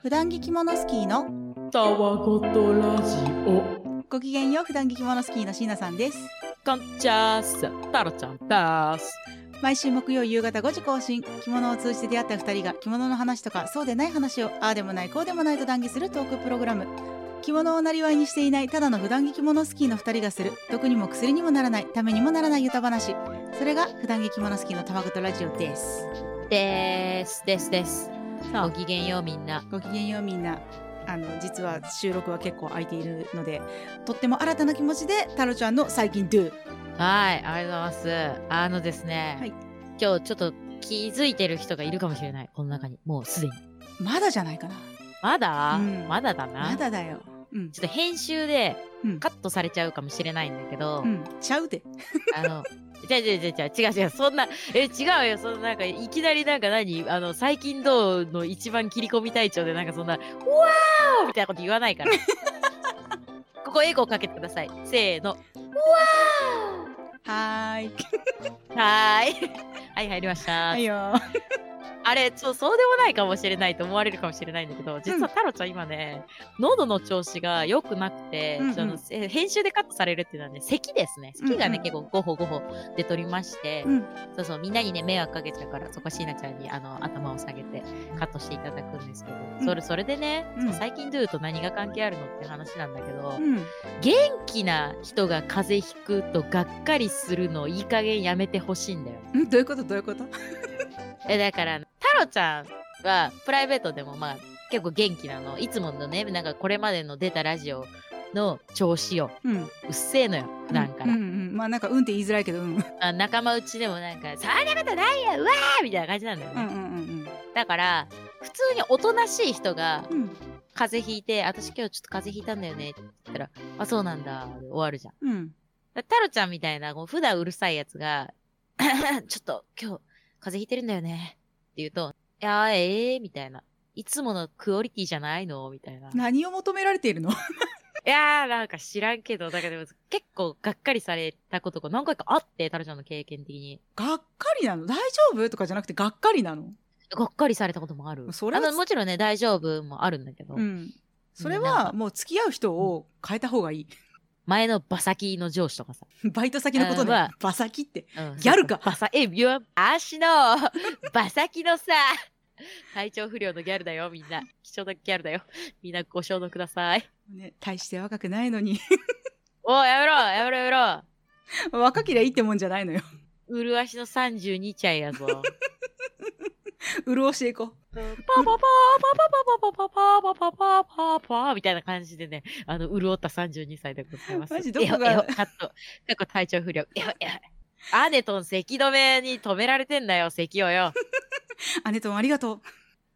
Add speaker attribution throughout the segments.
Speaker 1: 普段着着物スキーの
Speaker 2: たわごとラジオ
Speaker 1: ごきげんよう普段着着物スキーの椎名さんです
Speaker 2: かんちゃーすタロちゃんだーす
Speaker 1: 毎週木曜夕方5時更新着物を通じて出会った2人が着物の話とかそうでない話をああでもないこうでもないと談義するトークプログラム着物をなりわいにしていないただの普段着着物スキーの2人がする毒にも薬にもならないためにもならない歌話それが普段着着物スキーのたわごとラジオです
Speaker 3: でーすですです
Speaker 1: さあ
Speaker 3: ごきげんようみんな
Speaker 1: ごきげんようみんなあの実は収録は結構空いているのでとっても新たな気持ちでタロちゃんの最近 Do
Speaker 3: はいありがとうございますあのですね、
Speaker 1: はい
Speaker 3: 今日ちょっと気づいてる人がいるかもしれないこの中にもうすでに
Speaker 1: まだじゃないかな
Speaker 3: まだ、
Speaker 1: うん
Speaker 3: まだだな
Speaker 1: まだだようん
Speaker 3: ちょっと編集で
Speaker 1: うん
Speaker 3: カットされちゃうかもしれないんだけど、
Speaker 1: うんちゃうで
Speaker 3: あの違う違う違う違う違う違うそんなえ違うよそのなんかいきなりなんか何あの最近どうの一番切り込み隊長でなんかそんな「うわー!」みたいなこと言 わないからここエゴかけてくださいせーの
Speaker 1: はーい
Speaker 3: はーい。 はい、入りました。
Speaker 1: はいよ
Speaker 3: あれ、ちょ、そうでもないかもしれないと思われるかもしれないんだけど、実はタロちゃん今ね、喉の調子が良くなくて、
Speaker 1: うんうん
Speaker 3: ちょっとえ編集でカットされるっていうのはね、咳ですね。咳がね、
Speaker 1: うん
Speaker 3: 結構ごほごほ出とりまして、
Speaker 1: うん
Speaker 3: そうそう、みんなにね、迷惑かけちゃうから、そこは椎名ちゃんにあの頭を下げてカットしていただくんですけど、
Speaker 1: うん
Speaker 3: それ、それでね、
Speaker 1: うん
Speaker 3: そう最近ドゥと何が関係あるのって話なんだけど、
Speaker 1: うん
Speaker 3: 元気な人が風邪ひくとがっかりするのいい加減やめてほしいんだよ。
Speaker 1: うんどういうことどういうこと
Speaker 3: えだからタロちゃんはプライベートでもまあ結構元気なのいつものねなんかこれまでの出たラジオの調子よ
Speaker 1: うん
Speaker 3: うっせえのよ普段から、
Speaker 1: うんうんまあなんかうんって言いづらいけどうんうん
Speaker 3: あ仲間内でもなんか「そんなことないようわー!」みたいな感じなんだよ
Speaker 1: う
Speaker 3: ね、
Speaker 1: んうん
Speaker 3: だから普通におとなしい人が
Speaker 1: うんうん
Speaker 3: 風邪ひいて「私今日ちょっと風邪ひいたんだよね」って言ったら「あそうなんだ」で終わるじゃん
Speaker 1: うん
Speaker 3: だタロちゃんみたいな、こう普段うるさいやつが、 ちょっと今日風邪ひいてるんだよね。って言うと、いやー、ええー、みたいな。いつものクオリティじゃないのみたいな。い
Speaker 1: 何を求められているの
Speaker 3: やー、なんか知らんけど、だからでも結構がっかりされたことが何回かあって、タロちゃんの経験的に。
Speaker 1: がっかりなの大丈夫とかじゃなくてがっかりなの
Speaker 3: がっかりされたこともある。
Speaker 1: それは
Speaker 3: あのもちろんね、大丈夫もあるんだけど、
Speaker 1: うんそれ
Speaker 3: なん
Speaker 1: は
Speaker 3: か
Speaker 1: もう付き合う人を変えた方がい い
Speaker 3: 前の馬先の上司とかさ。
Speaker 1: バイト先のこと
Speaker 3: あー
Speaker 1: ね
Speaker 3: まあ
Speaker 1: バサキって
Speaker 3: うん
Speaker 1: ギャルか
Speaker 3: そうそう馬さ、え、ビュン、足の、馬先のさ、体調不良のギャルだよ、みんな。貴重なギャルだよ。みんなご承諾ください。
Speaker 1: ね大して若くないのに
Speaker 3: おいやめろ、やめろ、や
Speaker 1: 若きりゃいいってもんじゃないのよ
Speaker 3: めろ。麗しの32ちゃいやぞ。
Speaker 1: 潤していこ
Speaker 3: パパパパパパパパパパパパパパみたいな感じでね、あの、潤った32歳でございます。
Speaker 1: マジどこが
Speaker 3: えほえほカット。結構体調不良。えほえほアネトン咳止めに止められてんだよ、咳をよ。
Speaker 1: う姉とんありがとう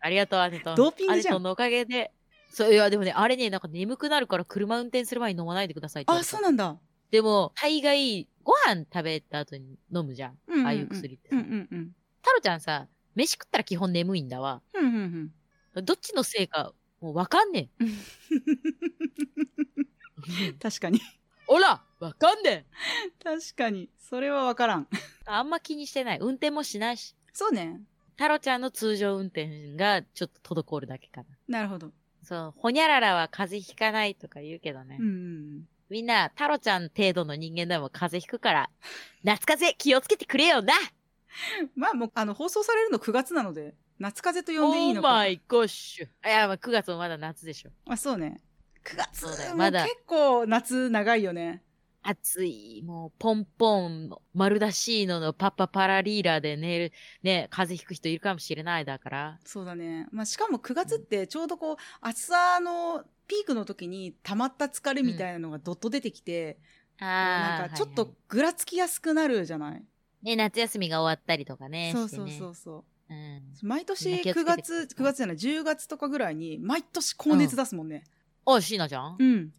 Speaker 3: ありがとう、アネトン。
Speaker 1: ドーピングじゃん
Speaker 3: アネトンのおかげで。そう、いや、でもね、あれね、なんか眠くなるから車運転する前に飲まないでくださいって言わ
Speaker 1: あ
Speaker 3: れた
Speaker 1: そうなんだ
Speaker 3: でも、大概、ご飯食べた後に飲むじゃん。
Speaker 1: うんうんうん
Speaker 3: ああいう薬って
Speaker 1: う
Speaker 3: さ。
Speaker 1: んうんうん
Speaker 3: タロちゃんさ、飯食ったら基本眠いんだわ。
Speaker 1: うんうん
Speaker 3: どっちのせいか、もうわかん ね
Speaker 1: うん
Speaker 3: え。
Speaker 1: 確かに
Speaker 3: おらわかんねえ
Speaker 1: 確かにそれは分からん
Speaker 3: あんま気にしてない。運転もしないし。
Speaker 1: そうね
Speaker 3: タロちゃんの通常運転がちょっと滞るだけかな。
Speaker 1: なるほど
Speaker 3: そう、ほにゃららは風邪ひかないとか言うけどね。
Speaker 1: うんうん
Speaker 3: みんな、タロちゃん程度の人間でも風邪ひく から、夏風邪気をつけてくれよな
Speaker 1: うんまあもうあの放送されるの9月なので夏風邪と呼んでいいの
Speaker 3: オー
Speaker 1: か
Speaker 3: マイゴッシュ。いや、まあ、9月もまだ夏でしょ。
Speaker 1: あそうね9月
Speaker 3: そうだよ
Speaker 1: も
Speaker 3: まだ
Speaker 1: 結構夏長いよね
Speaker 3: 暑い、もう、ポンポン、丸出しののパッパパラリーラーで寝る、ね、風邪ひく人いるかもしれないだから。
Speaker 1: そうだね、まあ、しかも9月ってちょうどこう暑さのピークの時に溜まった疲れみたいなのがどっと出てきて、
Speaker 3: あー
Speaker 1: なんかちょっ
Speaker 3: はいは
Speaker 1: とぐらつきやすくなるじゃない、
Speaker 3: いね、夏休みが終わったりとかね。
Speaker 1: そう
Speaker 3: して
Speaker 1: そう
Speaker 3: ね
Speaker 1: そうそう
Speaker 3: うん。
Speaker 1: 毎年
Speaker 3: みんな気をつけ
Speaker 1: 9
Speaker 3: て
Speaker 1: 月9月じゃない10月とかぐらいに毎年高熱出すもんね
Speaker 3: お、シーナちゃん
Speaker 1: うん、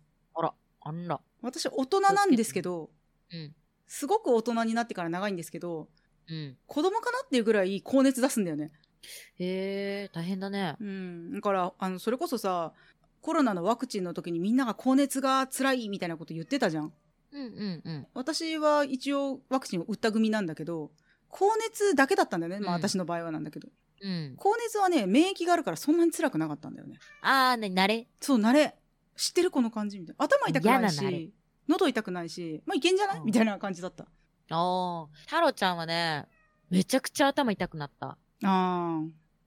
Speaker 3: あんら。
Speaker 1: 私大人なんですけど
Speaker 3: うん。
Speaker 1: すごく大人になってから長いんですけど
Speaker 3: うん。
Speaker 1: 子供かなっていうぐらい高熱出すんだよね
Speaker 3: へえ、大変だね。
Speaker 1: うんだからあのそれこそさコロナのワクチンの時にみんなが高熱が辛いみたいなこと言ってたじゃん
Speaker 3: うんうんうん。
Speaker 1: 私は一応ワクチンを打った組なんだけど高熱だけだったんだよね、まあ、
Speaker 3: うん
Speaker 1: 私の場合はなんだけど、
Speaker 3: うん。
Speaker 1: 高熱はね免疫があるからそんなに辛くなかったんだよね
Speaker 3: あー、なに、慣れ
Speaker 1: そう慣れ知ってるこの感じみたいな頭痛くない
Speaker 3: 嫌な慣れ
Speaker 1: し喉痛くないしまあいけんじゃない、
Speaker 3: うん
Speaker 1: みたいな感じだった
Speaker 3: あー。タロちゃんはね、めちゃくちゃ頭痛くなった。
Speaker 1: あー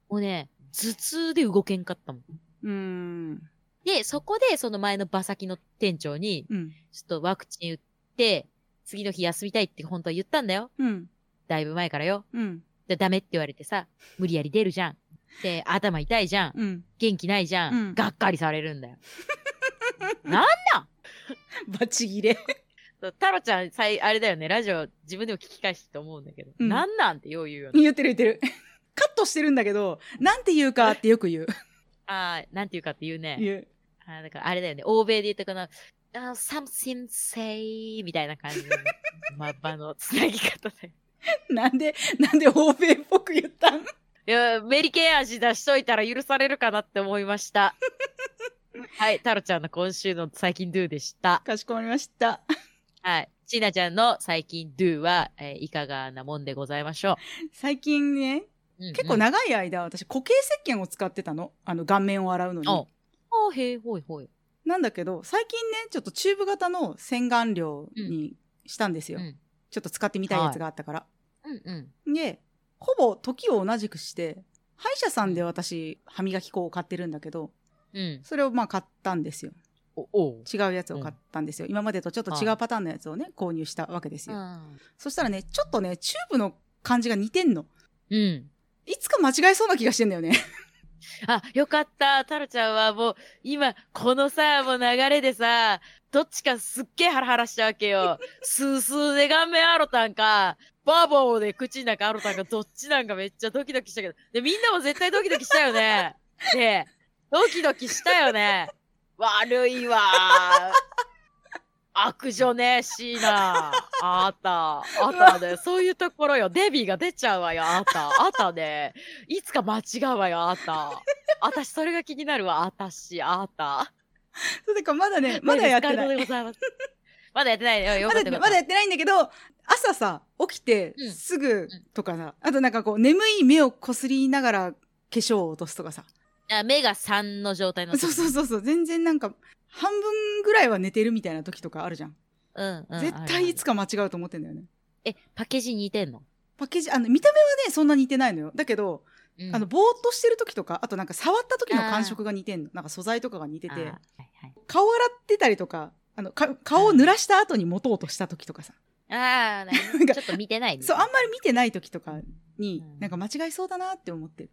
Speaker 3: もうね、頭痛で動けんかったもん。
Speaker 1: うーん
Speaker 3: で、そこで、その前の馬先の店長に、
Speaker 1: うん
Speaker 3: ちょっとワクチン打って、次の日休みたいって本当は言ったんだよ。
Speaker 1: うん
Speaker 3: だいぶ前からよ。
Speaker 1: うん
Speaker 3: でダメって言われてさ、無理やり出るじゃん。で、頭痛いじゃん。
Speaker 1: うん
Speaker 3: 元気ないじゃん。
Speaker 1: うん
Speaker 3: がっかりされるんだよ。
Speaker 1: バチギレ
Speaker 3: タロちゃん、さいあれだよね、ラジオ自分でも聞き返してて思うんだけど、
Speaker 1: うん
Speaker 3: なんなんってよう言うよね。
Speaker 1: 言ってる言ってる カットしてるんだけどなんて言うかってよく言う
Speaker 3: ああ、なんていうかって言うね。
Speaker 1: 言う
Speaker 3: あーだからあれだよね、欧米で言ったかな、あー something say みたいな感じの、ま、場のつなぎ方だよ。
Speaker 1: なんでなんで欧米っぽく言ったん
Speaker 3: いや、メリケン味出しといたら許されるかなって思い ました。はい、タロちゃんの今週の最近 do でした。
Speaker 1: かしこまりました
Speaker 3: はい。ちなちゃんの最近 do は、えーいかがなもんでございましょ
Speaker 1: 最近ね
Speaker 3: う。うんうん
Speaker 1: 結構長い間私固形石鹸を使ってたのあの顔面を洗うのに
Speaker 3: おほうへいほいほい。
Speaker 1: なんだけど最近ねちょっとチューブ型の洗顔料にしたんですよ、
Speaker 3: うん
Speaker 1: ちょっと使ってみたいやつがあったから、
Speaker 3: うんうん。
Speaker 1: でほぼ時を同じくして歯医者さんで私歯磨き粉を買ってるんだけど
Speaker 3: うん。
Speaker 1: それをまあ買ったんですよ
Speaker 2: おお
Speaker 1: 違うやつを買ったんですよ、今までとちょっと違うパターンのやつをね購入したわけですよ、そしたらねちょっとねチューブの感じが似てんの
Speaker 3: うん。
Speaker 1: いつか間違えそうな気がしてんだよね
Speaker 3: あ、よかった。タロちゃんはもう、今、このさ、もう流れでさ、どっちかすっげえハラハラしたわけ よ。スースーで顔面あろたんか、バーボーで口なんかあろたんか、どっちなんかめっちゃドキドキしたけど。で、みんなも絶対ドキドキしたよ ね。ねえドキドキしたよね。悪いわ悪女ねえシーナ。あった。あったね。そういうところよ。デビーが出ちゃうわよ。あった。あったね。いつか間違うわよ。あった。私、それが気になるわ。あたし、あった。
Speaker 1: そうだからまだねまだやって
Speaker 3: マ
Speaker 1: ない
Speaker 3: ジでスカルトでございます。まだやってないよ。よ
Speaker 1: ま
Speaker 3: か
Speaker 1: だ
Speaker 3: ったよかった。
Speaker 1: まだやってないんだけど朝さ起きて
Speaker 3: うん
Speaker 1: すぐとかさ、あとなんかこう眠い目をこすりながら化粧を落とすとかさ
Speaker 3: あ目が3の状態の時。
Speaker 1: そうそうそうそう全然なんか半分ぐらいは寝てるみたいな時とかあるじゃん、
Speaker 3: うん、うん。
Speaker 1: 絶対いつか間違うと思ってんだよね
Speaker 3: あるある。え、パッケージ似てんの、
Speaker 1: パッケージあの見た目はねそんな似てないのよだけど、
Speaker 3: うん
Speaker 1: あのぼーっとしてる時とかあとなんか触った時の感触が似てんのなんか素材とかが似て
Speaker 3: あ
Speaker 1: て
Speaker 3: ーはいはい
Speaker 1: 顔洗ってたりとかあのか顔を濡らした後に持とうとした時とかさ
Speaker 3: あー、なるほ
Speaker 1: なん
Speaker 3: ど
Speaker 1: か
Speaker 3: ちょっと見てない、ね。
Speaker 1: そうあんまり見てない時とかに、
Speaker 3: うん
Speaker 1: なんか間違いそうだなって思ってる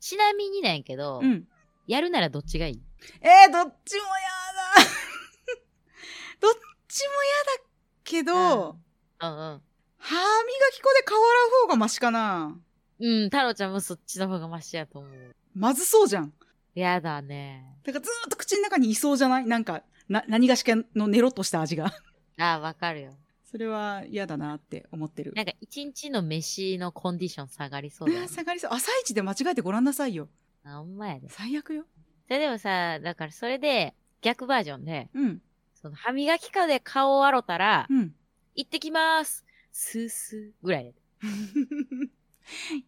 Speaker 3: ちなみになんやけど、
Speaker 1: うん
Speaker 3: やるならどっちがいい
Speaker 1: えー、どっちもやだ どっちもやだけど、
Speaker 3: うんうん。
Speaker 1: 歯磨き粉で顔洗う方がマシかな
Speaker 3: うん、太郎ちゃんもそっちの方がマシやと思う。
Speaker 1: まずそうじゃん
Speaker 3: やだね。
Speaker 1: だからずーっと口の中にいそうじゃないなんかな何がしかのネロっとした味が
Speaker 3: ああ、わかるよ。
Speaker 1: それは嫌だなって思ってる
Speaker 3: なんか一日の飯のコンディション下がりそう
Speaker 1: う
Speaker 3: だ、
Speaker 1: わ
Speaker 3: ね。
Speaker 1: 下がりそう朝一で間違えてごらんなさいよ
Speaker 3: あ、ほんまやで。
Speaker 1: 最悪よ
Speaker 3: それでもさ、だからそれで逆バージョンで、
Speaker 1: うん
Speaker 3: その歯磨き粉で顔を洗ったら、
Speaker 1: うん
Speaker 3: 行ってきますスースーぐらい。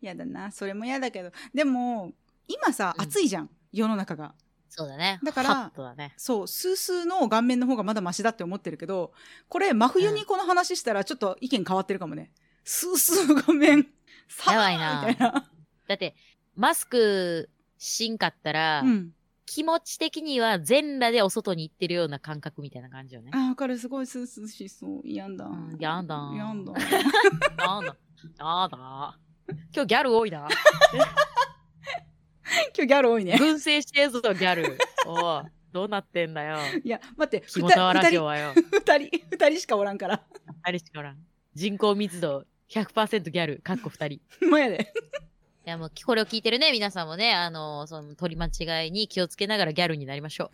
Speaker 1: やだなそれも嫌だけどでも今さ
Speaker 3: うん
Speaker 1: 暑いじゃん、世の中が
Speaker 3: そうだね。
Speaker 1: だから
Speaker 3: ハッとだね。
Speaker 1: そうスースーの顔面の方がまだマシだって思ってるけどこれ真冬にこの話したらちょっと意見変わってるかもね、スースーの顔面さあ
Speaker 3: やばいな
Speaker 1: みたいな
Speaker 3: だって、マスクしんかったら、
Speaker 1: うん
Speaker 3: 気持ち的には全裸でお外に行ってるような感覚みたいな感じよね。
Speaker 1: あわかるすごいスースーしそう嫌だ
Speaker 3: うんやだ
Speaker 1: やんだ
Speaker 3: あーだ。あーだ。今日ギャル多 い
Speaker 1: 今
Speaker 3: な。
Speaker 1: 日ギャル多いね。
Speaker 3: 群生してるぞ、ギャル。おうどうなってんだよ。
Speaker 1: いや、待って、
Speaker 3: ひ
Speaker 1: 二
Speaker 3: もたわラジオ
Speaker 1: 人、
Speaker 3: はよ。
Speaker 1: 二人、二人しかおらんから。
Speaker 3: あれしかおらん。人口密度100%ギャル、かっこ2人。い
Speaker 1: もやで。
Speaker 3: や、もう、これを聞いてるね、皆さんもね、あの、その、取り間違いに気をつけながらギャルになりましょ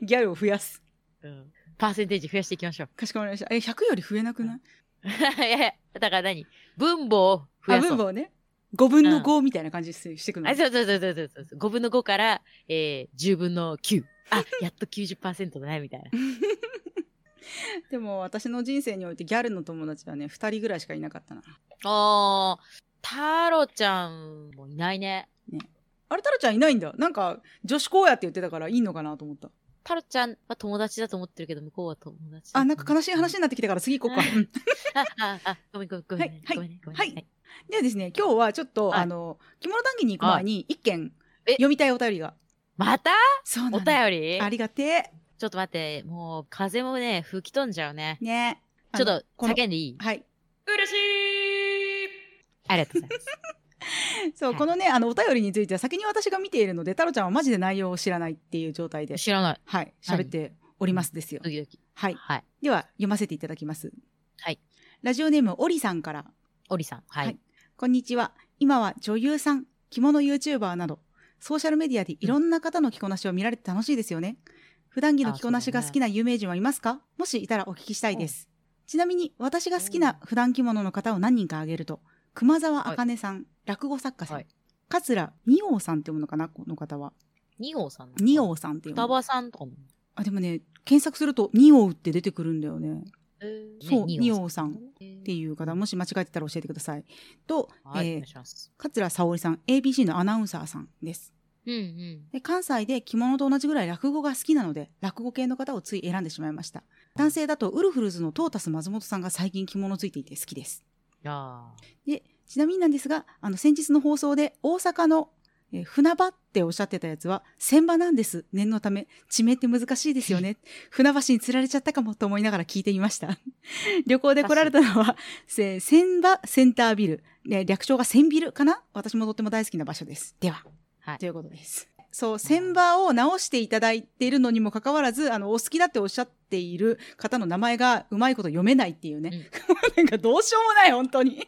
Speaker 1: ギャルを増やす。
Speaker 3: う。うん。パーセンテージ増やしていきましょう。
Speaker 1: かしこまりました。え、100より増えなくない
Speaker 3: いやいやだから何分母を増
Speaker 1: あ、
Speaker 3: やそ
Speaker 1: 分
Speaker 3: う。
Speaker 1: 母をね。5分の5みたいな感じにしていくの。
Speaker 3: あ、そうそうそうそうそうそう。5分の5から、えー、10分の9。あ、 やっと90%だね、みたいな。
Speaker 1: でも、私の人生においてギャルの友達はね、二人ぐらいしかいなかったな。
Speaker 3: あー、タロちゃんもいないね。
Speaker 1: あれタラちゃんいないんだなんか女子校やって言ってたからいいのかなと思った
Speaker 3: タロちゃんは友達だと思ってるけど、向こうは友達。
Speaker 1: あなんか悲しい話。になってきたから次行こうか、うん
Speaker 3: あ、あ、あ、ごめんごめんごめん、
Speaker 1: はい
Speaker 3: ごめんねごめんね
Speaker 1: はいではですね今日はちょっと、
Speaker 3: はい
Speaker 1: あの着物談義に行く前に一件
Speaker 3: え
Speaker 1: 読みたいお便りが
Speaker 3: また
Speaker 1: そうなの
Speaker 3: お便り
Speaker 1: ありがて
Speaker 3: ちょっと待って、もう風もね、吹き飛んじゃうね
Speaker 1: え。ねあ
Speaker 3: ちょ
Speaker 1: の
Speaker 3: っと
Speaker 1: この
Speaker 3: 叫んでいい
Speaker 1: はい
Speaker 3: 嬉しいありがとうございます。
Speaker 1: そう、
Speaker 3: はい
Speaker 1: このねあのお便りについては先に私が見ているので太郎ちゃんはマジで内容を知らないっていう状態で
Speaker 3: 知らない。
Speaker 1: はい喋っておりますですよ
Speaker 3: ドキドキ。
Speaker 1: はい
Speaker 3: はい。
Speaker 1: では読ませていただきます
Speaker 3: はい
Speaker 1: ラジオネームオリさんから
Speaker 3: オリさん。は
Speaker 1: はい
Speaker 3: い。
Speaker 1: こんにちは今は女優さん着物 YouTuber などソーシャルメディアでいろんな方の着こなしを見られて楽しいですよね普段着の着こなしが好きな有名人はいますか、もしいたらお聞きしたいですちなみに私が好きな普段着物の方を何人か挙げると熊沢茜さん、落語作家さん、
Speaker 3: はい
Speaker 1: 桂二王さんって読むのかなこの方は
Speaker 3: 二号さん。
Speaker 1: 二。王さんって
Speaker 3: 双
Speaker 1: 読む
Speaker 3: 葉さんとかも。
Speaker 1: あでもね検索すると二王って出てくるんだよねそう二王さんっ
Speaker 3: って
Speaker 1: って
Speaker 3: う。
Speaker 1: いう方もし間違えてたら教えてくださいと、
Speaker 3: はい。お
Speaker 1: えー
Speaker 3: 願いします。
Speaker 1: 桂沙織さん ABC のアナウンサーさんです
Speaker 3: うんうん。
Speaker 1: で関西で着物と同じぐらい落語が好きなので落語系の方をつい選んでしまいました男性だとウルフルズのトータス松本さんが最近着物ついていて好きです
Speaker 3: いやー
Speaker 1: でちなみになんですがあの先日の放送で大阪のえー船場っておっしゃってたやつは船場なんです念のため地名って難しいですよね船橋に釣られちゃったかもと思いながら聞いてみました 旅行で来られたのはせ船場センタービル、ね、略称が船ビルかな私もとっても大好きな場所ですでは、
Speaker 3: はい
Speaker 1: ということですそう船場を直していただいているのにもかかわらずあのお好きだっておっしゃっている方の名前がうまいこと読めないっていうね、なんかどうし ようもない本当に
Speaker 3: い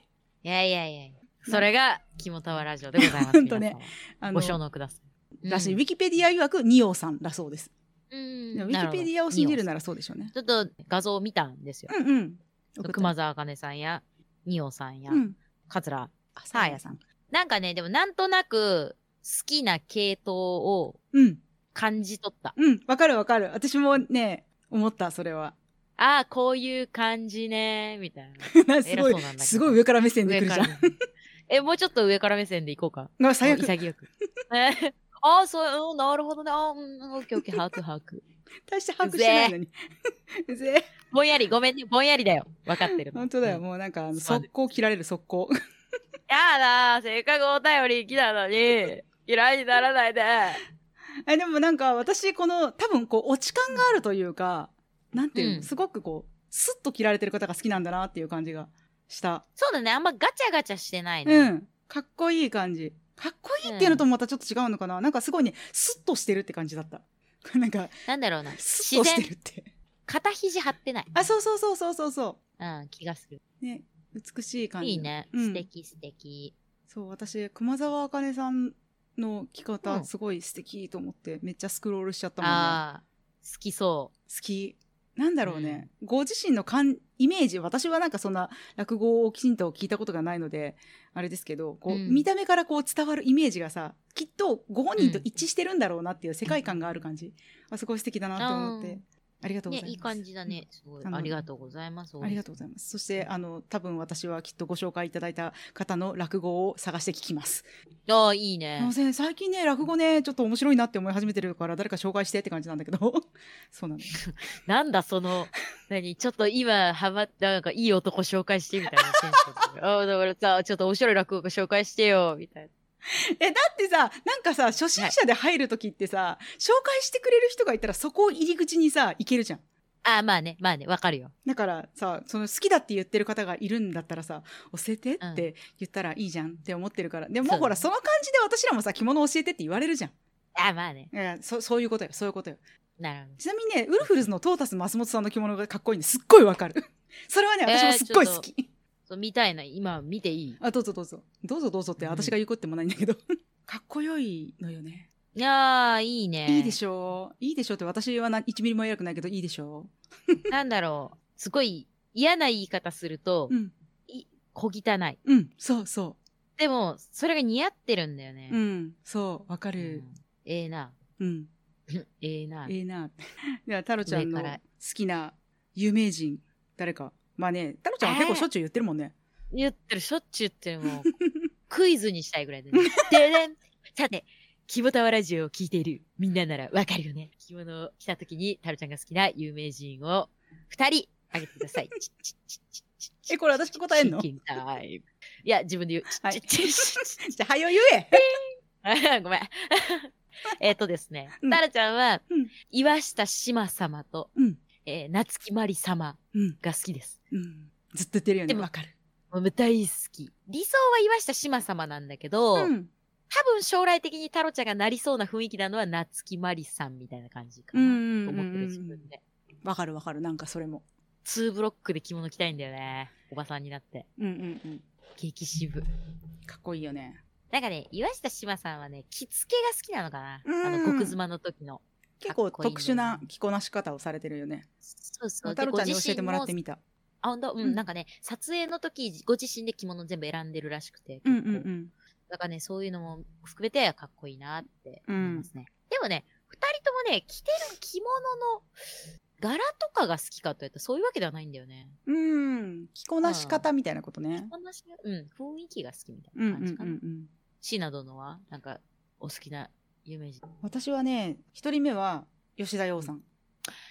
Speaker 3: やいやいやいや。それが、キモタワラジオでご ざいます。
Speaker 1: ほんとね
Speaker 3: 皆様。
Speaker 1: あ
Speaker 3: ご
Speaker 1: の
Speaker 3: 承納ください。
Speaker 1: らしい、
Speaker 3: うん
Speaker 1: ウィキペディア曰く二王さんだそうです、
Speaker 3: うん
Speaker 1: でもウィキペディアを信じるな
Speaker 3: ら。
Speaker 1: らそうでしょうね
Speaker 3: ちょっと画像を見たんですよ。
Speaker 1: うんうん送った
Speaker 3: 熊沢茜さんや、二王さんや
Speaker 1: う、ん
Speaker 3: 桂。
Speaker 1: あサーヤさん
Speaker 3: なんかね、でもなんとなく、好きな系統を
Speaker 1: うん
Speaker 3: 感じ取った。
Speaker 1: うんわかるわかる私もね思ったそれは
Speaker 3: ああ、こういう感じね、みたいな。
Speaker 1: なす
Speaker 3: 偉そ
Speaker 1: ご
Speaker 3: う
Speaker 1: い
Speaker 3: なんだけど
Speaker 1: すごい上から目線で来るじゃん
Speaker 3: 上から。 え、もうちょっと上から目線でいこうか。
Speaker 1: が最悪
Speaker 3: 潔く。 えああ、そう、うん、なるほどね。ああ、うん、オッケーオッケー、把握把握。
Speaker 1: 大して把握してないのに うぜえ
Speaker 3: ぼんやり、ごめんね、ぼんやりだよ。分かってるの。
Speaker 1: 本当だよ
Speaker 3: うん
Speaker 1: もうなんかあの
Speaker 3: すまん
Speaker 1: 速攻切られる速攻
Speaker 3: やだ、せっかくお便り来たのに、嫌いにならないで。
Speaker 1: えでもなんか私この多分こう落ち感があるというかなんていうの、
Speaker 3: うん
Speaker 1: すごくこうスッと切られてる方が好きなんだなっていう感じがした
Speaker 3: そうだね、あんまガチャガチャしてないうね。
Speaker 1: ん。かっこいい感じ。かっこいいっていうのともまたちょっと違うのかな、なんかすごいね、スッとしてるって感じだった。 なんか、
Speaker 3: なんだろうな。
Speaker 1: スッと
Speaker 3: 自
Speaker 1: して
Speaker 3: 然、
Speaker 1: るって。
Speaker 3: 肩肘張ってない。
Speaker 1: あ、そうそうそうそうそうそ
Speaker 3: うん、気がする。
Speaker 1: う。ね、美しい感じ。
Speaker 3: いいね。
Speaker 1: うん
Speaker 3: 素敵素敵。
Speaker 1: そう、私、熊沢あかねさんの着
Speaker 3: う
Speaker 1: 方、
Speaker 3: ん
Speaker 1: すごい素敵と思って、めっちゃスクロールしちゃったもんね。
Speaker 3: ああ、好きそ
Speaker 1: 好き。なんだろうね、ご自身の感イメージ、私はなんかそんな落語をきちんと聞いたことがないので、あれですけど、こう、
Speaker 3: うん
Speaker 1: 見た目からこう伝わるイメージがさ、きっとご本人と一致してるんだろうなっていう世界観がある感じ。あ、すごい素敵だなと思って。ありがと
Speaker 3: う。
Speaker 1: うござ
Speaker 3: ね
Speaker 1: い、ます。
Speaker 3: いい感じだね。すごい。
Speaker 1: あの
Speaker 3: ありがとうございます。
Speaker 1: うん。ありがとうございます。そして、あの、多分私はきっとご紹介いただいた方の落語を探して聞きます。
Speaker 3: ああ、いい
Speaker 1: あの
Speaker 3: ね。
Speaker 1: ね最近ね、落語ね、ちょっと面白いなって思い始めてるから、誰か紹介してって感じなんだけど。 そうなんです。
Speaker 3: なんだ、そ の、何、ちょっと今、ハマった、なんか、いい男紹介して、みたいなテンション で。ああ、だからさ、ちょっと面白い落語紹介してよ、みたいな。
Speaker 1: え、だってさ、なんかさ、初心者で入るときってさ、紹介してくれる人がいたらそこを入り口にさ、行けるじゃん。
Speaker 3: ああ、まあね、まあね、わかるよ。
Speaker 1: だからさ、その好きだって言ってる方がいるんだったらさ、教えてって言ったらいいじゃんって思ってるから。で
Speaker 3: そ
Speaker 1: も
Speaker 3: う
Speaker 1: ほら、その感じで私らもさ、着物教えてって言われるじゃん。
Speaker 3: ああ、まあね。
Speaker 1: だからそそういうことよ、そういうことよ。
Speaker 3: なるほど。
Speaker 1: ちなみにね、ウルフルズのトータス松本さんの着物がかっこいいんですっごいわかる。 それはね、私もすっごい好き。
Speaker 3: そう、見たいな、今、見ていい。
Speaker 1: あ、どうぞどうぞ。どうぞどうぞって私が言うことでもないんだけど。 かっこよいのよね。
Speaker 3: いやあ、いいね。
Speaker 1: いいで
Speaker 3: ょ。
Speaker 1: しょう。いいでしょうって私はな1ミリも偉くないけど、いいでしょう。
Speaker 3: なんだろう。すごい、嫌な言い方すると
Speaker 1: う、ん、
Speaker 3: 小汚い。
Speaker 1: うん、そうそ
Speaker 3: でも、それが似合ってるんだよね。
Speaker 1: う。うん、そう、わかる。
Speaker 3: ええな。
Speaker 1: うん、
Speaker 3: ええな。
Speaker 1: ええな。 では、太郎ちゃんの
Speaker 3: 上か
Speaker 1: 好
Speaker 3: ら
Speaker 1: きな有名人、誰か。まあね、太郎ちゃんは結構しょっちゅう言ってるもんね。
Speaker 3: 言ってる、しょっちゅう言ってる、もう。クイズにしたいぐらいだね。でねんさて、キモタワラジオを聞いているみんなならわかるよね。着物を着た時に、タロちゃんが好きな有名人を二人あげてください。チッチッチッチッチッチッ
Speaker 1: えこれ私が答えんの
Speaker 3: シンキングタイムいや、自分で言う。チッチッチッチッチッ
Speaker 1: じゃあ、はよ言え。
Speaker 3: あごめん。えっとですね
Speaker 1: う。ん
Speaker 3: タラちゃんは、
Speaker 1: うん
Speaker 3: 岩下志麻様と、
Speaker 1: うん
Speaker 3: えー夏木マリ様
Speaker 1: うん。
Speaker 3: が好きです。
Speaker 1: うん。ずっと言ってるよね。
Speaker 3: でも
Speaker 1: わかる。
Speaker 3: もう大好き。理想は岩下志麻様なんだけど、
Speaker 1: ん。
Speaker 3: 多分将来的にタロちゃんがなりそうな雰囲気なのは夏木マリさんみたいな感じか
Speaker 1: うん
Speaker 3: な。
Speaker 1: うん
Speaker 3: と
Speaker 1: うんう
Speaker 3: 思ってる自
Speaker 1: ん
Speaker 3: 分。で。
Speaker 1: わかるわかる。なんかそれも。
Speaker 3: ツーブロックで着物着たいんだよね。おばさんになって。
Speaker 1: うんうんうん。
Speaker 3: 激渋。
Speaker 1: かっこいいよね。
Speaker 3: なんかね、岩下志麻さんはね、着付けが好きなのかな。
Speaker 1: うん
Speaker 3: あの、極妻の時の。
Speaker 1: 結構
Speaker 3: かっこいいね
Speaker 1: 特殊な着こなし方をされてるよね。
Speaker 3: そうそう。
Speaker 1: 太郎ちゃんに教えてもらって
Speaker 3: み
Speaker 1: みた。
Speaker 3: あ、本当うん、
Speaker 1: うん
Speaker 3: なんかね、撮影の時、ご自身で着物全部選んでるらしくて。
Speaker 1: うんう
Speaker 3: 結構
Speaker 1: ん
Speaker 3: だからね、そういうのも含めてかっこいいなって思いますね。でもね、二人ともね、着てる着物の柄とかが好きかと言ったらそういうわけではないんだよね。
Speaker 1: うん。うん。着こなし方みたいなことね。
Speaker 3: 話がうん、雰囲気が好きみたい
Speaker 1: うん
Speaker 3: な
Speaker 1: うん
Speaker 3: 感
Speaker 1: うん
Speaker 3: じか
Speaker 1: う
Speaker 3: な。
Speaker 1: ん。
Speaker 3: シナ殿は、なんか、お好きな有名人。
Speaker 1: 私はね、一人目は吉田洋さん。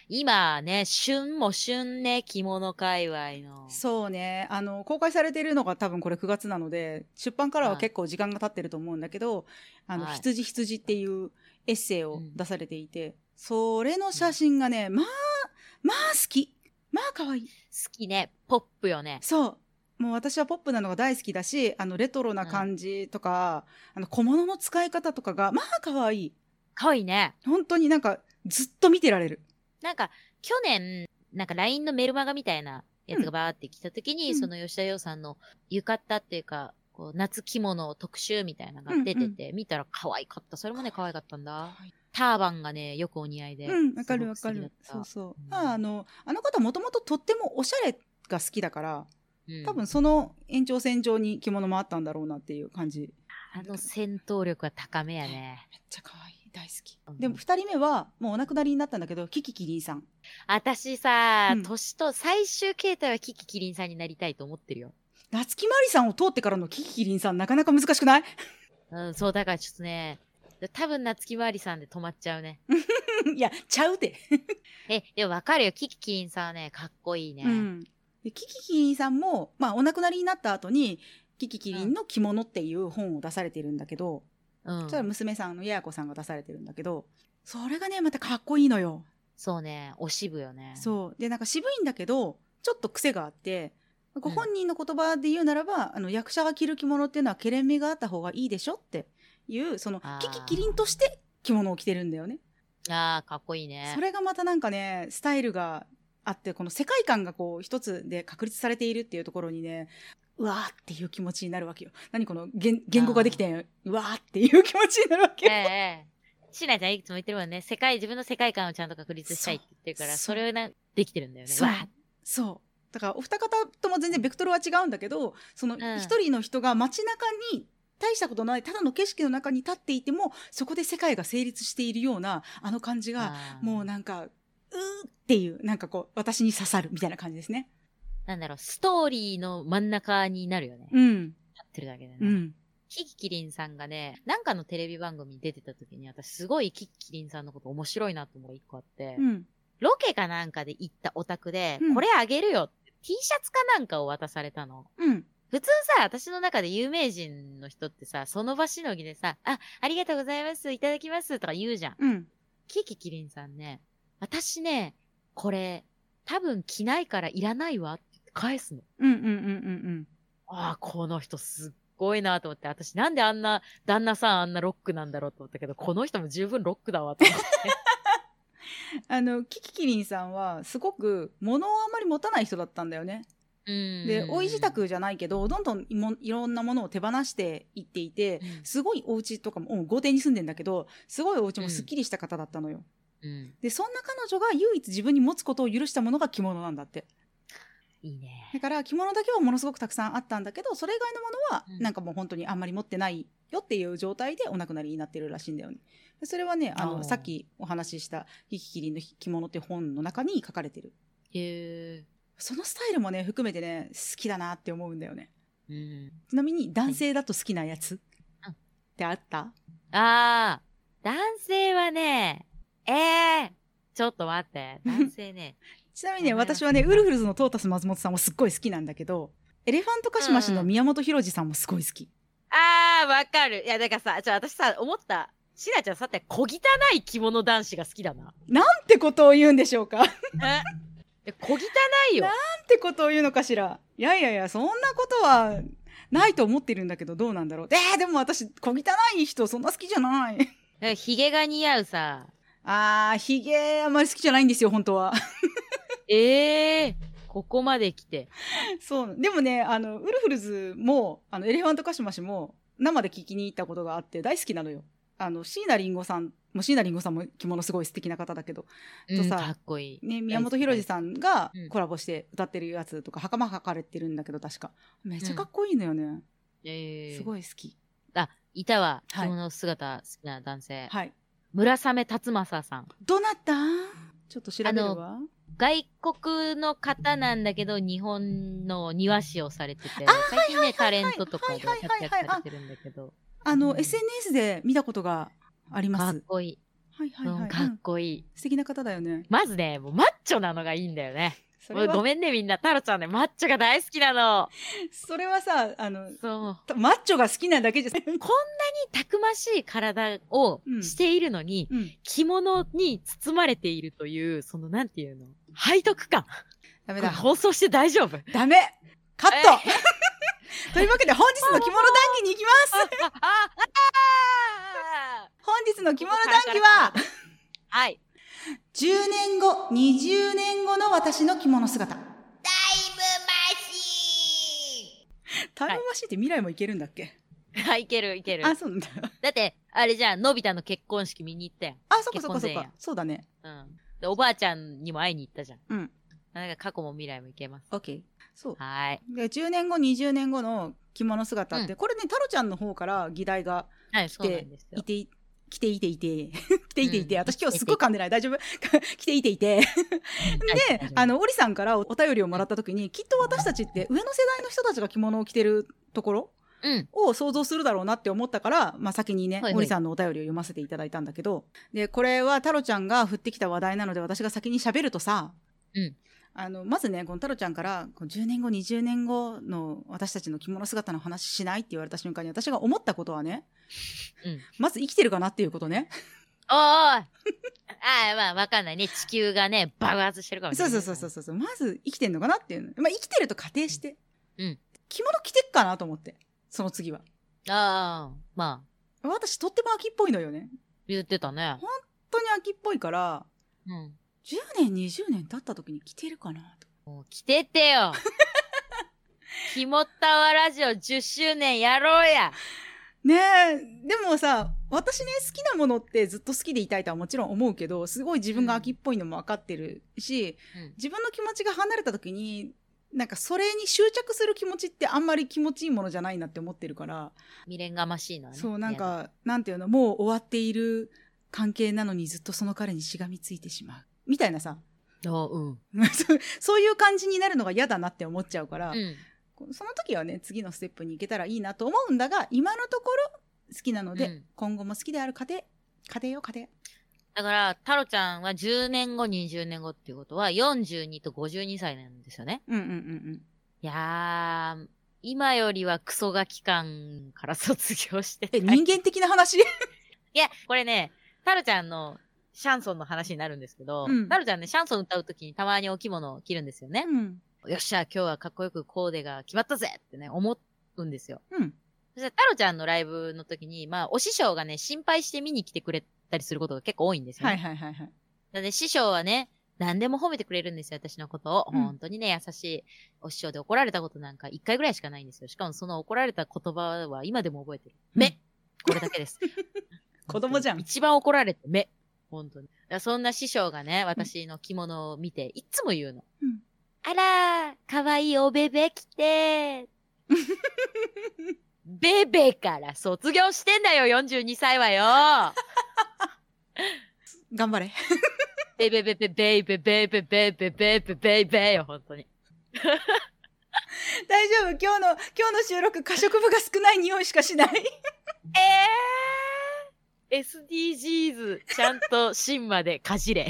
Speaker 3: 今ね、旬も旬ね、着物界隈の。
Speaker 1: そうねあの公開されているのが多分これ9月なので出版からは
Speaker 3: はい
Speaker 1: 結構時間が経ってると思うんだけど「あの
Speaker 3: はい
Speaker 1: 羊羊」っていうエッセイを出されていて、それの写真がねまあまあ好きまあ可愛い
Speaker 3: 好きね、ポップよね。
Speaker 1: そうもう私はポップなのが大好きだしあのレトロな感じとか、あの小物の使い方とかがまあ可愛い
Speaker 3: かわいいね。
Speaker 1: 本当になんかずっと見てられる
Speaker 3: なんか、去年、なんか LINE のメルマガみたいなやつがバーって来た時に、
Speaker 1: うん
Speaker 3: その吉田洋さんの浴衣っていうか、こう夏着物特集みたいなのが出てて、見たら可愛かった。それもね、可愛かったんだ。ターバンがね、よくお似合いで。
Speaker 1: うんわかるわ
Speaker 3: すご
Speaker 1: か
Speaker 3: く素敵だ
Speaker 1: る
Speaker 3: った
Speaker 1: そうそう、
Speaker 3: うん
Speaker 1: まああのあの方もともととってもおしゃれが好きだから
Speaker 3: うん
Speaker 1: 多分その延長線上に着物もあったんだろうなっていう感じめっ
Speaker 3: あの戦闘力は高めやね。
Speaker 1: ちゃ可愛い大好き
Speaker 3: うん
Speaker 1: でも2人目はもうお亡くなりになったんだけどキキキリンさん
Speaker 3: 私さ、
Speaker 1: うん
Speaker 3: 年と最終形態はキキキリンさんになりたいと思ってるよ。
Speaker 1: 夏木マリさんを通ってからのキキキリンさんなかなか難しくない
Speaker 3: うん、そう、だからちょっとね、多分夏木まわりさんで止まっちゃうね。
Speaker 1: いやちゃうて、
Speaker 3: え、でもわかるよ。キキキリンさんはね、かっこいいね。
Speaker 1: うん、でキキキリンさんも、まあ、お亡くなりになった後にキキキリンの着物っていう本を出されてるんだけど、
Speaker 3: うん
Speaker 1: そしたら娘さんのややこさんが出されてるんだけどそれがねまたかっこいいのよ
Speaker 3: そうね、お渋よね。
Speaker 1: そうでなんか渋いんだけどちょっと癖があってご本人の言葉で言うならば、あの役者が着る着物っていうのはけれんみがあった方がいいでしょっていうその
Speaker 3: あー
Speaker 1: キキキリンとして着物を着てるんだよね
Speaker 3: ああ、かっこいいね。
Speaker 1: それがまたなんかねスタイルがあってこの世界観がこう一つで確立されているっていうところにねうわーっていう気持ちになるわけよ何この言言語ができてうわーっていう気持ちになるわけよ、
Speaker 3: ええええ。シナちゃんいつも言ってるもんね。世界、自分の世界観をちゃんと確立したいって言ってるから、
Speaker 1: そう
Speaker 3: それをな、できてるんだよね。
Speaker 1: そう
Speaker 3: わあ
Speaker 1: そうだからお二方とも全然ベクトルは違うんだけどその
Speaker 3: ん
Speaker 1: 一人の人が街中に大したことないただの景色の中に立っていてもそこで世界が成立しているようなあの感じが
Speaker 3: あー
Speaker 1: もうなんかうーっていうなんかこう私に刺さるみたいな感じですね。
Speaker 3: なんだろう、ストーリーの真ん中になるよね。立
Speaker 1: うん、
Speaker 3: ってるだけでね。
Speaker 1: うん、
Speaker 3: キキキリンさんがね、なんかのテレビ番組に出てた時に、私すごいキキキリンさんのこと面白いなと思う一個あって、
Speaker 1: うん、
Speaker 3: ロケかなんかで行ったお宅で、
Speaker 1: うん
Speaker 3: これあげるよって T シャツかなんかを渡されたの。
Speaker 1: うん、
Speaker 3: 普通さ、私の中で有名人の人ってさ、その場しのぎでさ、あ、ありがとうございます、いただきますとか言うじゃん。
Speaker 1: うん。
Speaker 3: キキキリンさんね、私ね、これ、多分着ないからいらないわって返すの。
Speaker 1: うんうんうんうん
Speaker 3: ああ、この人すっごいなと思って、私なんであんな、旦那さんあんなロックなんだろうと思ったけど、この人も十分ロックだわと思って。
Speaker 1: うんあのキキキリンさんはすごく物をあんまり持たない人だったんだよね
Speaker 3: う ん
Speaker 1: でおい自宅じゃないけどどんどんいもいろんなものを手放していっていて
Speaker 3: うん
Speaker 1: すごいお家とかも、うん、豪邸に住んでんだけどすごいお家もすっきりした方だったのよ、
Speaker 3: うん。
Speaker 1: でそんな彼女が唯一自分に持つことを許したものが着物なんだって
Speaker 3: いいね。
Speaker 1: だから着物だけはものすごくたくさんあったんだけどそれ以外のものは
Speaker 3: うん
Speaker 1: なんかもう本当にあんまり持ってないよっていう状態でお亡くなりになってるらしいんだよねでそれはねあ
Speaker 3: あ
Speaker 1: の
Speaker 3: ー
Speaker 1: さっきお話しした「キキキリンの着物」って本の中に書かれてる
Speaker 3: へえ。
Speaker 1: そのスタイルもね含めてね好きだなって思うんだよね
Speaker 3: うん。
Speaker 1: ちなみに男性だと好きなやつ
Speaker 3: うん
Speaker 1: ってあった
Speaker 3: ああ、男性はね、ええちょっと待 って。男性ね。
Speaker 1: ちなみにね
Speaker 3: 名前忘れた
Speaker 1: 私はねウルフルズのトータス松本さんもすっごい好きなんだけどエレファントカシマシの宮本浩次さんもすごい好き、
Speaker 3: ああ、わかる。いや、だからさ、ちょ、私さ、思った。シナちゃん、さて、小汚い着物男子が好きだな。
Speaker 1: なんてことを言うんでしょうかなん
Speaker 3: え小汚いよ。
Speaker 1: てことを言うのかしらいやいやいやそんなことはないと思ってるんだけどどうなんだろうえー、でも私小汚い人そんな好きじゃない
Speaker 3: なんかヒゲが似合うさ。
Speaker 1: あーひげあんまり好きじゃないんですよ本当は
Speaker 3: ええここまで来て。
Speaker 1: そうでもねあのウルフルズもあのエレファントカシマシも生で聞きに行ったことがあって大好きなのよあの椎名林檎さんもう椎名林檎さんも着物すごい素敵な方だけど
Speaker 3: う
Speaker 1: と
Speaker 3: ん、
Speaker 1: さ
Speaker 3: かっこいい。
Speaker 1: ね、宮本浩次さんが
Speaker 3: うん
Speaker 1: コラボして歌ってるやつとか、袴かかれてるんだけど確かめっちゃかっこいいのよね、
Speaker 3: ええ
Speaker 1: す
Speaker 3: い。
Speaker 1: ごい好き
Speaker 3: あ、いたわ。
Speaker 1: は
Speaker 3: 着
Speaker 1: い
Speaker 3: 物姿好きな男性。
Speaker 1: はい
Speaker 3: 村雨辰剛さん。
Speaker 1: どなたちょっと調べるわ
Speaker 3: 外国の方なんだけど、日本の庭師をされて
Speaker 1: あ
Speaker 3: て、
Speaker 1: ー
Speaker 3: 最近ね、
Speaker 1: は
Speaker 3: タ
Speaker 1: いはいはい
Speaker 3: レ
Speaker 1: はい
Speaker 3: ントとかで活躍されてるんだけど、
Speaker 1: あの、
Speaker 3: うん
Speaker 1: SNS で見たことがあり
Speaker 3: か
Speaker 1: ま
Speaker 3: っ
Speaker 1: す
Speaker 3: こいい。
Speaker 1: はいはいはい、
Speaker 3: うんか
Speaker 1: う
Speaker 3: っ
Speaker 1: ん
Speaker 3: こいい。
Speaker 1: 素敵な方だよね
Speaker 3: まずね、もうマッチョなのがいいんだよね。
Speaker 1: そ
Speaker 3: もう
Speaker 1: れ
Speaker 3: ご
Speaker 1: は
Speaker 3: めんね、みんな。太郎ちゃんね、マッチョが大好きなの。
Speaker 1: それはさあの
Speaker 3: そう。
Speaker 1: たマッチョが好きなだけ じゃ
Speaker 3: たくましい体を
Speaker 1: うん
Speaker 3: しているのに、
Speaker 1: うん
Speaker 3: 着物に包まれているという、その、なんていうの背徳感。
Speaker 1: ダメ
Speaker 3: これ
Speaker 1: だ
Speaker 3: 放送して大丈夫
Speaker 1: ダメカット、
Speaker 3: え
Speaker 1: というわけで本日の着物談義に行きます
Speaker 3: あ、あ、あ
Speaker 1: 本日の着物談義は
Speaker 3: あはい。
Speaker 1: 10年後20年後の私の着物姿タイムマシーンタイムマシーンって未来もいけるんだっけ、
Speaker 3: はい、いける、いける。
Speaker 1: あそうなんだ
Speaker 3: だって、あれじゃん、のび太の結婚式見に行ったやん。
Speaker 1: あそっかそっかそっ
Speaker 3: 結婚前
Speaker 1: か
Speaker 3: 夜
Speaker 1: そうだね
Speaker 3: うん。で、おばあちゃんにも会いに行ったじゃん。
Speaker 1: うん
Speaker 3: なんか過去も未来もいけます。
Speaker 1: OK そう
Speaker 3: はーい。
Speaker 1: で10年後20年後の着物姿って、これね太郎ちゃんの方から議題が
Speaker 3: はい、そうなんです
Speaker 1: い
Speaker 3: よ。
Speaker 1: てい着ていていて着ていていて、
Speaker 3: うん
Speaker 1: 私今日すっごい噛んでない大丈夫 着ていていて
Speaker 3: はい
Speaker 1: で、あ、の、オリさんからおお便りをもらったときに、きっと私たちって上の世代の人たちが着物を着てるところ
Speaker 3: うん
Speaker 1: を想像するだろうなって思ったから、まあ先にね、
Speaker 3: はいはい
Speaker 1: オリさんのお便りを読ませていただいたんだけど、で、これは太郎ちゃんが振ってきた話題なので、私が先に喋るとさ、
Speaker 3: うん
Speaker 1: あの、まずね、この太郎ちゃんから、この10年後、20年後の私たちの着物姿の話しないって言われた瞬間に、私が思ったことはね、
Speaker 3: うん
Speaker 1: まず生きてるかなっていうことね。
Speaker 3: おーおいああ、まあ、わかんないね。地球がね、爆発してるかもしれ
Speaker 1: そう
Speaker 3: ない。
Speaker 1: そうそうそうそうそう。まず生きてんのかなっていうの。まあ生きてると仮定して。
Speaker 3: うん
Speaker 1: 着物着てっかなと思って。その次は。
Speaker 3: ああ、まあ、
Speaker 1: 私とっても秋っぽいのよね。
Speaker 3: 言ってたね。
Speaker 1: 本当に秋っぽいから、
Speaker 3: うん。
Speaker 1: 10年、20年経った時に着てるかなと。
Speaker 3: もう来てて よ。キモタワラジオ10周年やろうや。
Speaker 1: ねえ、でもさ、私ね、好きなものってずっと好きでいたいとはもちろん思うけど、すごい自分が秋っぽいのも分かってるし、
Speaker 3: うん
Speaker 1: 自分の気持ちが離れた時に、なんかそれに執着する気持ちってあんまり気持ちいいものじゃないなって思ってるから、
Speaker 3: 未練がましいのはね。
Speaker 1: そう、なん
Speaker 3: 嫌だ。
Speaker 1: か、なんていうの、もう終わっている関係なのにずっとその彼にしがみついてしまう。みたいなさ、
Speaker 3: あうん。
Speaker 1: そうそういう感じになるのが嫌だなって思っちゃうから、
Speaker 3: うん。
Speaker 1: その時はね、次のステップに行けたらいいなと思うんだが、今のところ好きなので、
Speaker 3: うん
Speaker 1: 今後も好きである家庭、家庭よ、家庭。
Speaker 3: だから、タロちゃんは10年後、20年後っていうことは、42と52歳なんですよね。
Speaker 1: うんうんうん
Speaker 3: いやー、今よりはクソガキ感から卒業して
Speaker 1: え、
Speaker 3: たい。
Speaker 1: 人間的な話
Speaker 3: いや、これね、タロちゃんのシャンソンの話になるんですけど、
Speaker 1: うん
Speaker 3: タロちゃんね、シャンソン歌うときにたまにお着物を着るんですよね。
Speaker 1: うん。
Speaker 3: よっしゃ、今日はかっこよくコーデが決まったぜってね、思うんですよ。
Speaker 1: うん。
Speaker 3: そしたら、タロちゃんのライブの時に、まあ、お師匠がね、心配して見に来てくれたりすることが結構多いんですよ、
Speaker 1: は
Speaker 3: ね。
Speaker 1: いはいはいはい。
Speaker 3: なので、師匠はね、何でも褒めてくれるんですよ、私のことを。
Speaker 1: うん
Speaker 3: 本当にね、優しい。お師匠で怒られたことなんか一回ぐらいしかないんですよ。しかもその怒られた言葉は今でも覚えてる。
Speaker 1: うん
Speaker 3: 目これだけです。
Speaker 1: 子供じゃん
Speaker 3: 一番怒られて、目。本当に。だからそんな師匠がね、私の着物を見て、いつも言うの。
Speaker 1: うん
Speaker 3: あらー、かわいいおべべ着てー。 ベベから卒業してんだよ、42歳はよ。
Speaker 1: 頑張れ。
Speaker 3: ベベベベベベベベベベベベベよ、本当に。
Speaker 1: 大丈夫今日の今日の収録過食部が少ない匂いしかしない
Speaker 3: えー、SDGs ちゃんと芯までかじれ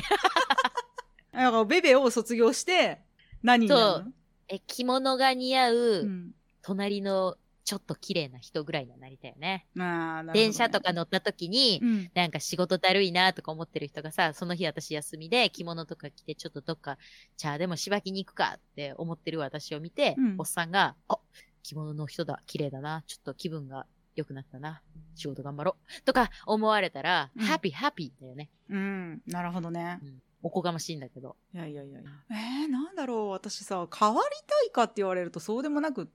Speaker 1: だからベベを卒業して何になるの
Speaker 3: え着物が似合
Speaker 1: う
Speaker 3: う、
Speaker 1: ん
Speaker 3: 隣のちょっと綺麗な人ぐらいにはなりたいよね
Speaker 1: あーなるほどね
Speaker 3: 電車とか乗った時に、
Speaker 1: うん
Speaker 3: なんか仕事だるいなとか思ってる人がさ、その日私休みで着物とか着てちょっとどっか茶でもしばきに行くかって思ってる私を見て、
Speaker 1: うん
Speaker 3: おっさんが、あ、着物の人だ、綺麗だな、ちょっと気分が良くなったな、仕事頑張ろう、とか思われたら、
Speaker 1: うん
Speaker 3: ハッピーハッピーだよね。
Speaker 1: うんなるほどね
Speaker 3: おこがましいんだけど。
Speaker 1: いやいやいやいやえー、なんだろう私さ変わりたいかって言われるとそうでもなくって、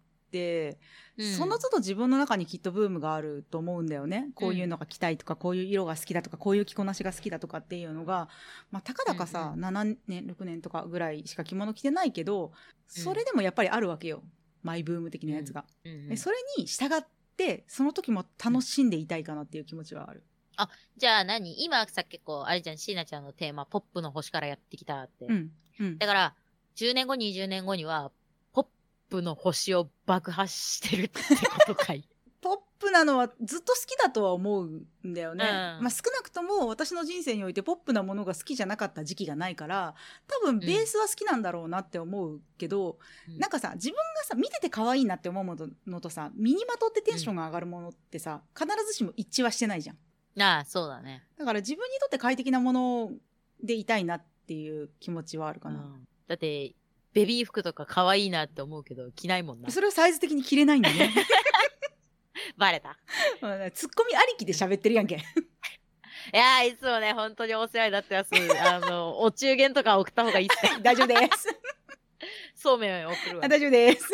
Speaker 1: その都度自分の中にきっとブームがあると思うんだよねこういうのが着たいとか、こういう色が好きだとかこういう着こなしが好きだとかっていうのが、まあ、たかだかさ、
Speaker 3: うん
Speaker 1: 7年6年とかぐらいしか着物着てないけどそれでもやっぱりあるわけよマイブーム的なやつが、
Speaker 3: うんうん
Speaker 1: でそれに従ってその時も楽しんでいたいかなっていう気持ちはある。
Speaker 3: じゃあ何今さっきこう、あれじゃん、シーナちゃんのテーマ、ポップの星からやってきたって。
Speaker 1: うんうん
Speaker 3: だから、10年後、20年後には、ポップの星を爆発してるってこと かい。
Speaker 1: ポップなのはずっと好きだとは思うんだよね、
Speaker 3: うん
Speaker 1: まあ、少なくとも私の人生においてポップなものが好きじゃなかった時期がないから多分ベースは好きなんだろうなって思うけど、
Speaker 3: うん
Speaker 1: なんかさ自分がさ見てて可愛いなって思うもののとさ身にまとってテンションが上がるものってさ必ずしも一致はしてないじゃん
Speaker 3: ああ、そうだね。
Speaker 1: だから自分にとって快適なものでいたいなっていう気持ちはあるか
Speaker 3: う
Speaker 1: な、
Speaker 3: んだって、ベビー服とか可愛いなって思うけど、着ないもんな。
Speaker 1: それをサイズ的に着れないんだ ね
Speaker 3: バレた。
Speaker 1: うんツッコミありきで喋ってるやんけ
Speaker 3: いやー、いつもね、本当にお世話になっ てます。あの、お中元とか送った方がいいっすね。
Speaker 1: 大丈夫です
Speaker 3: そうめんを送るわ
Speaker 1: あ。大丈夫です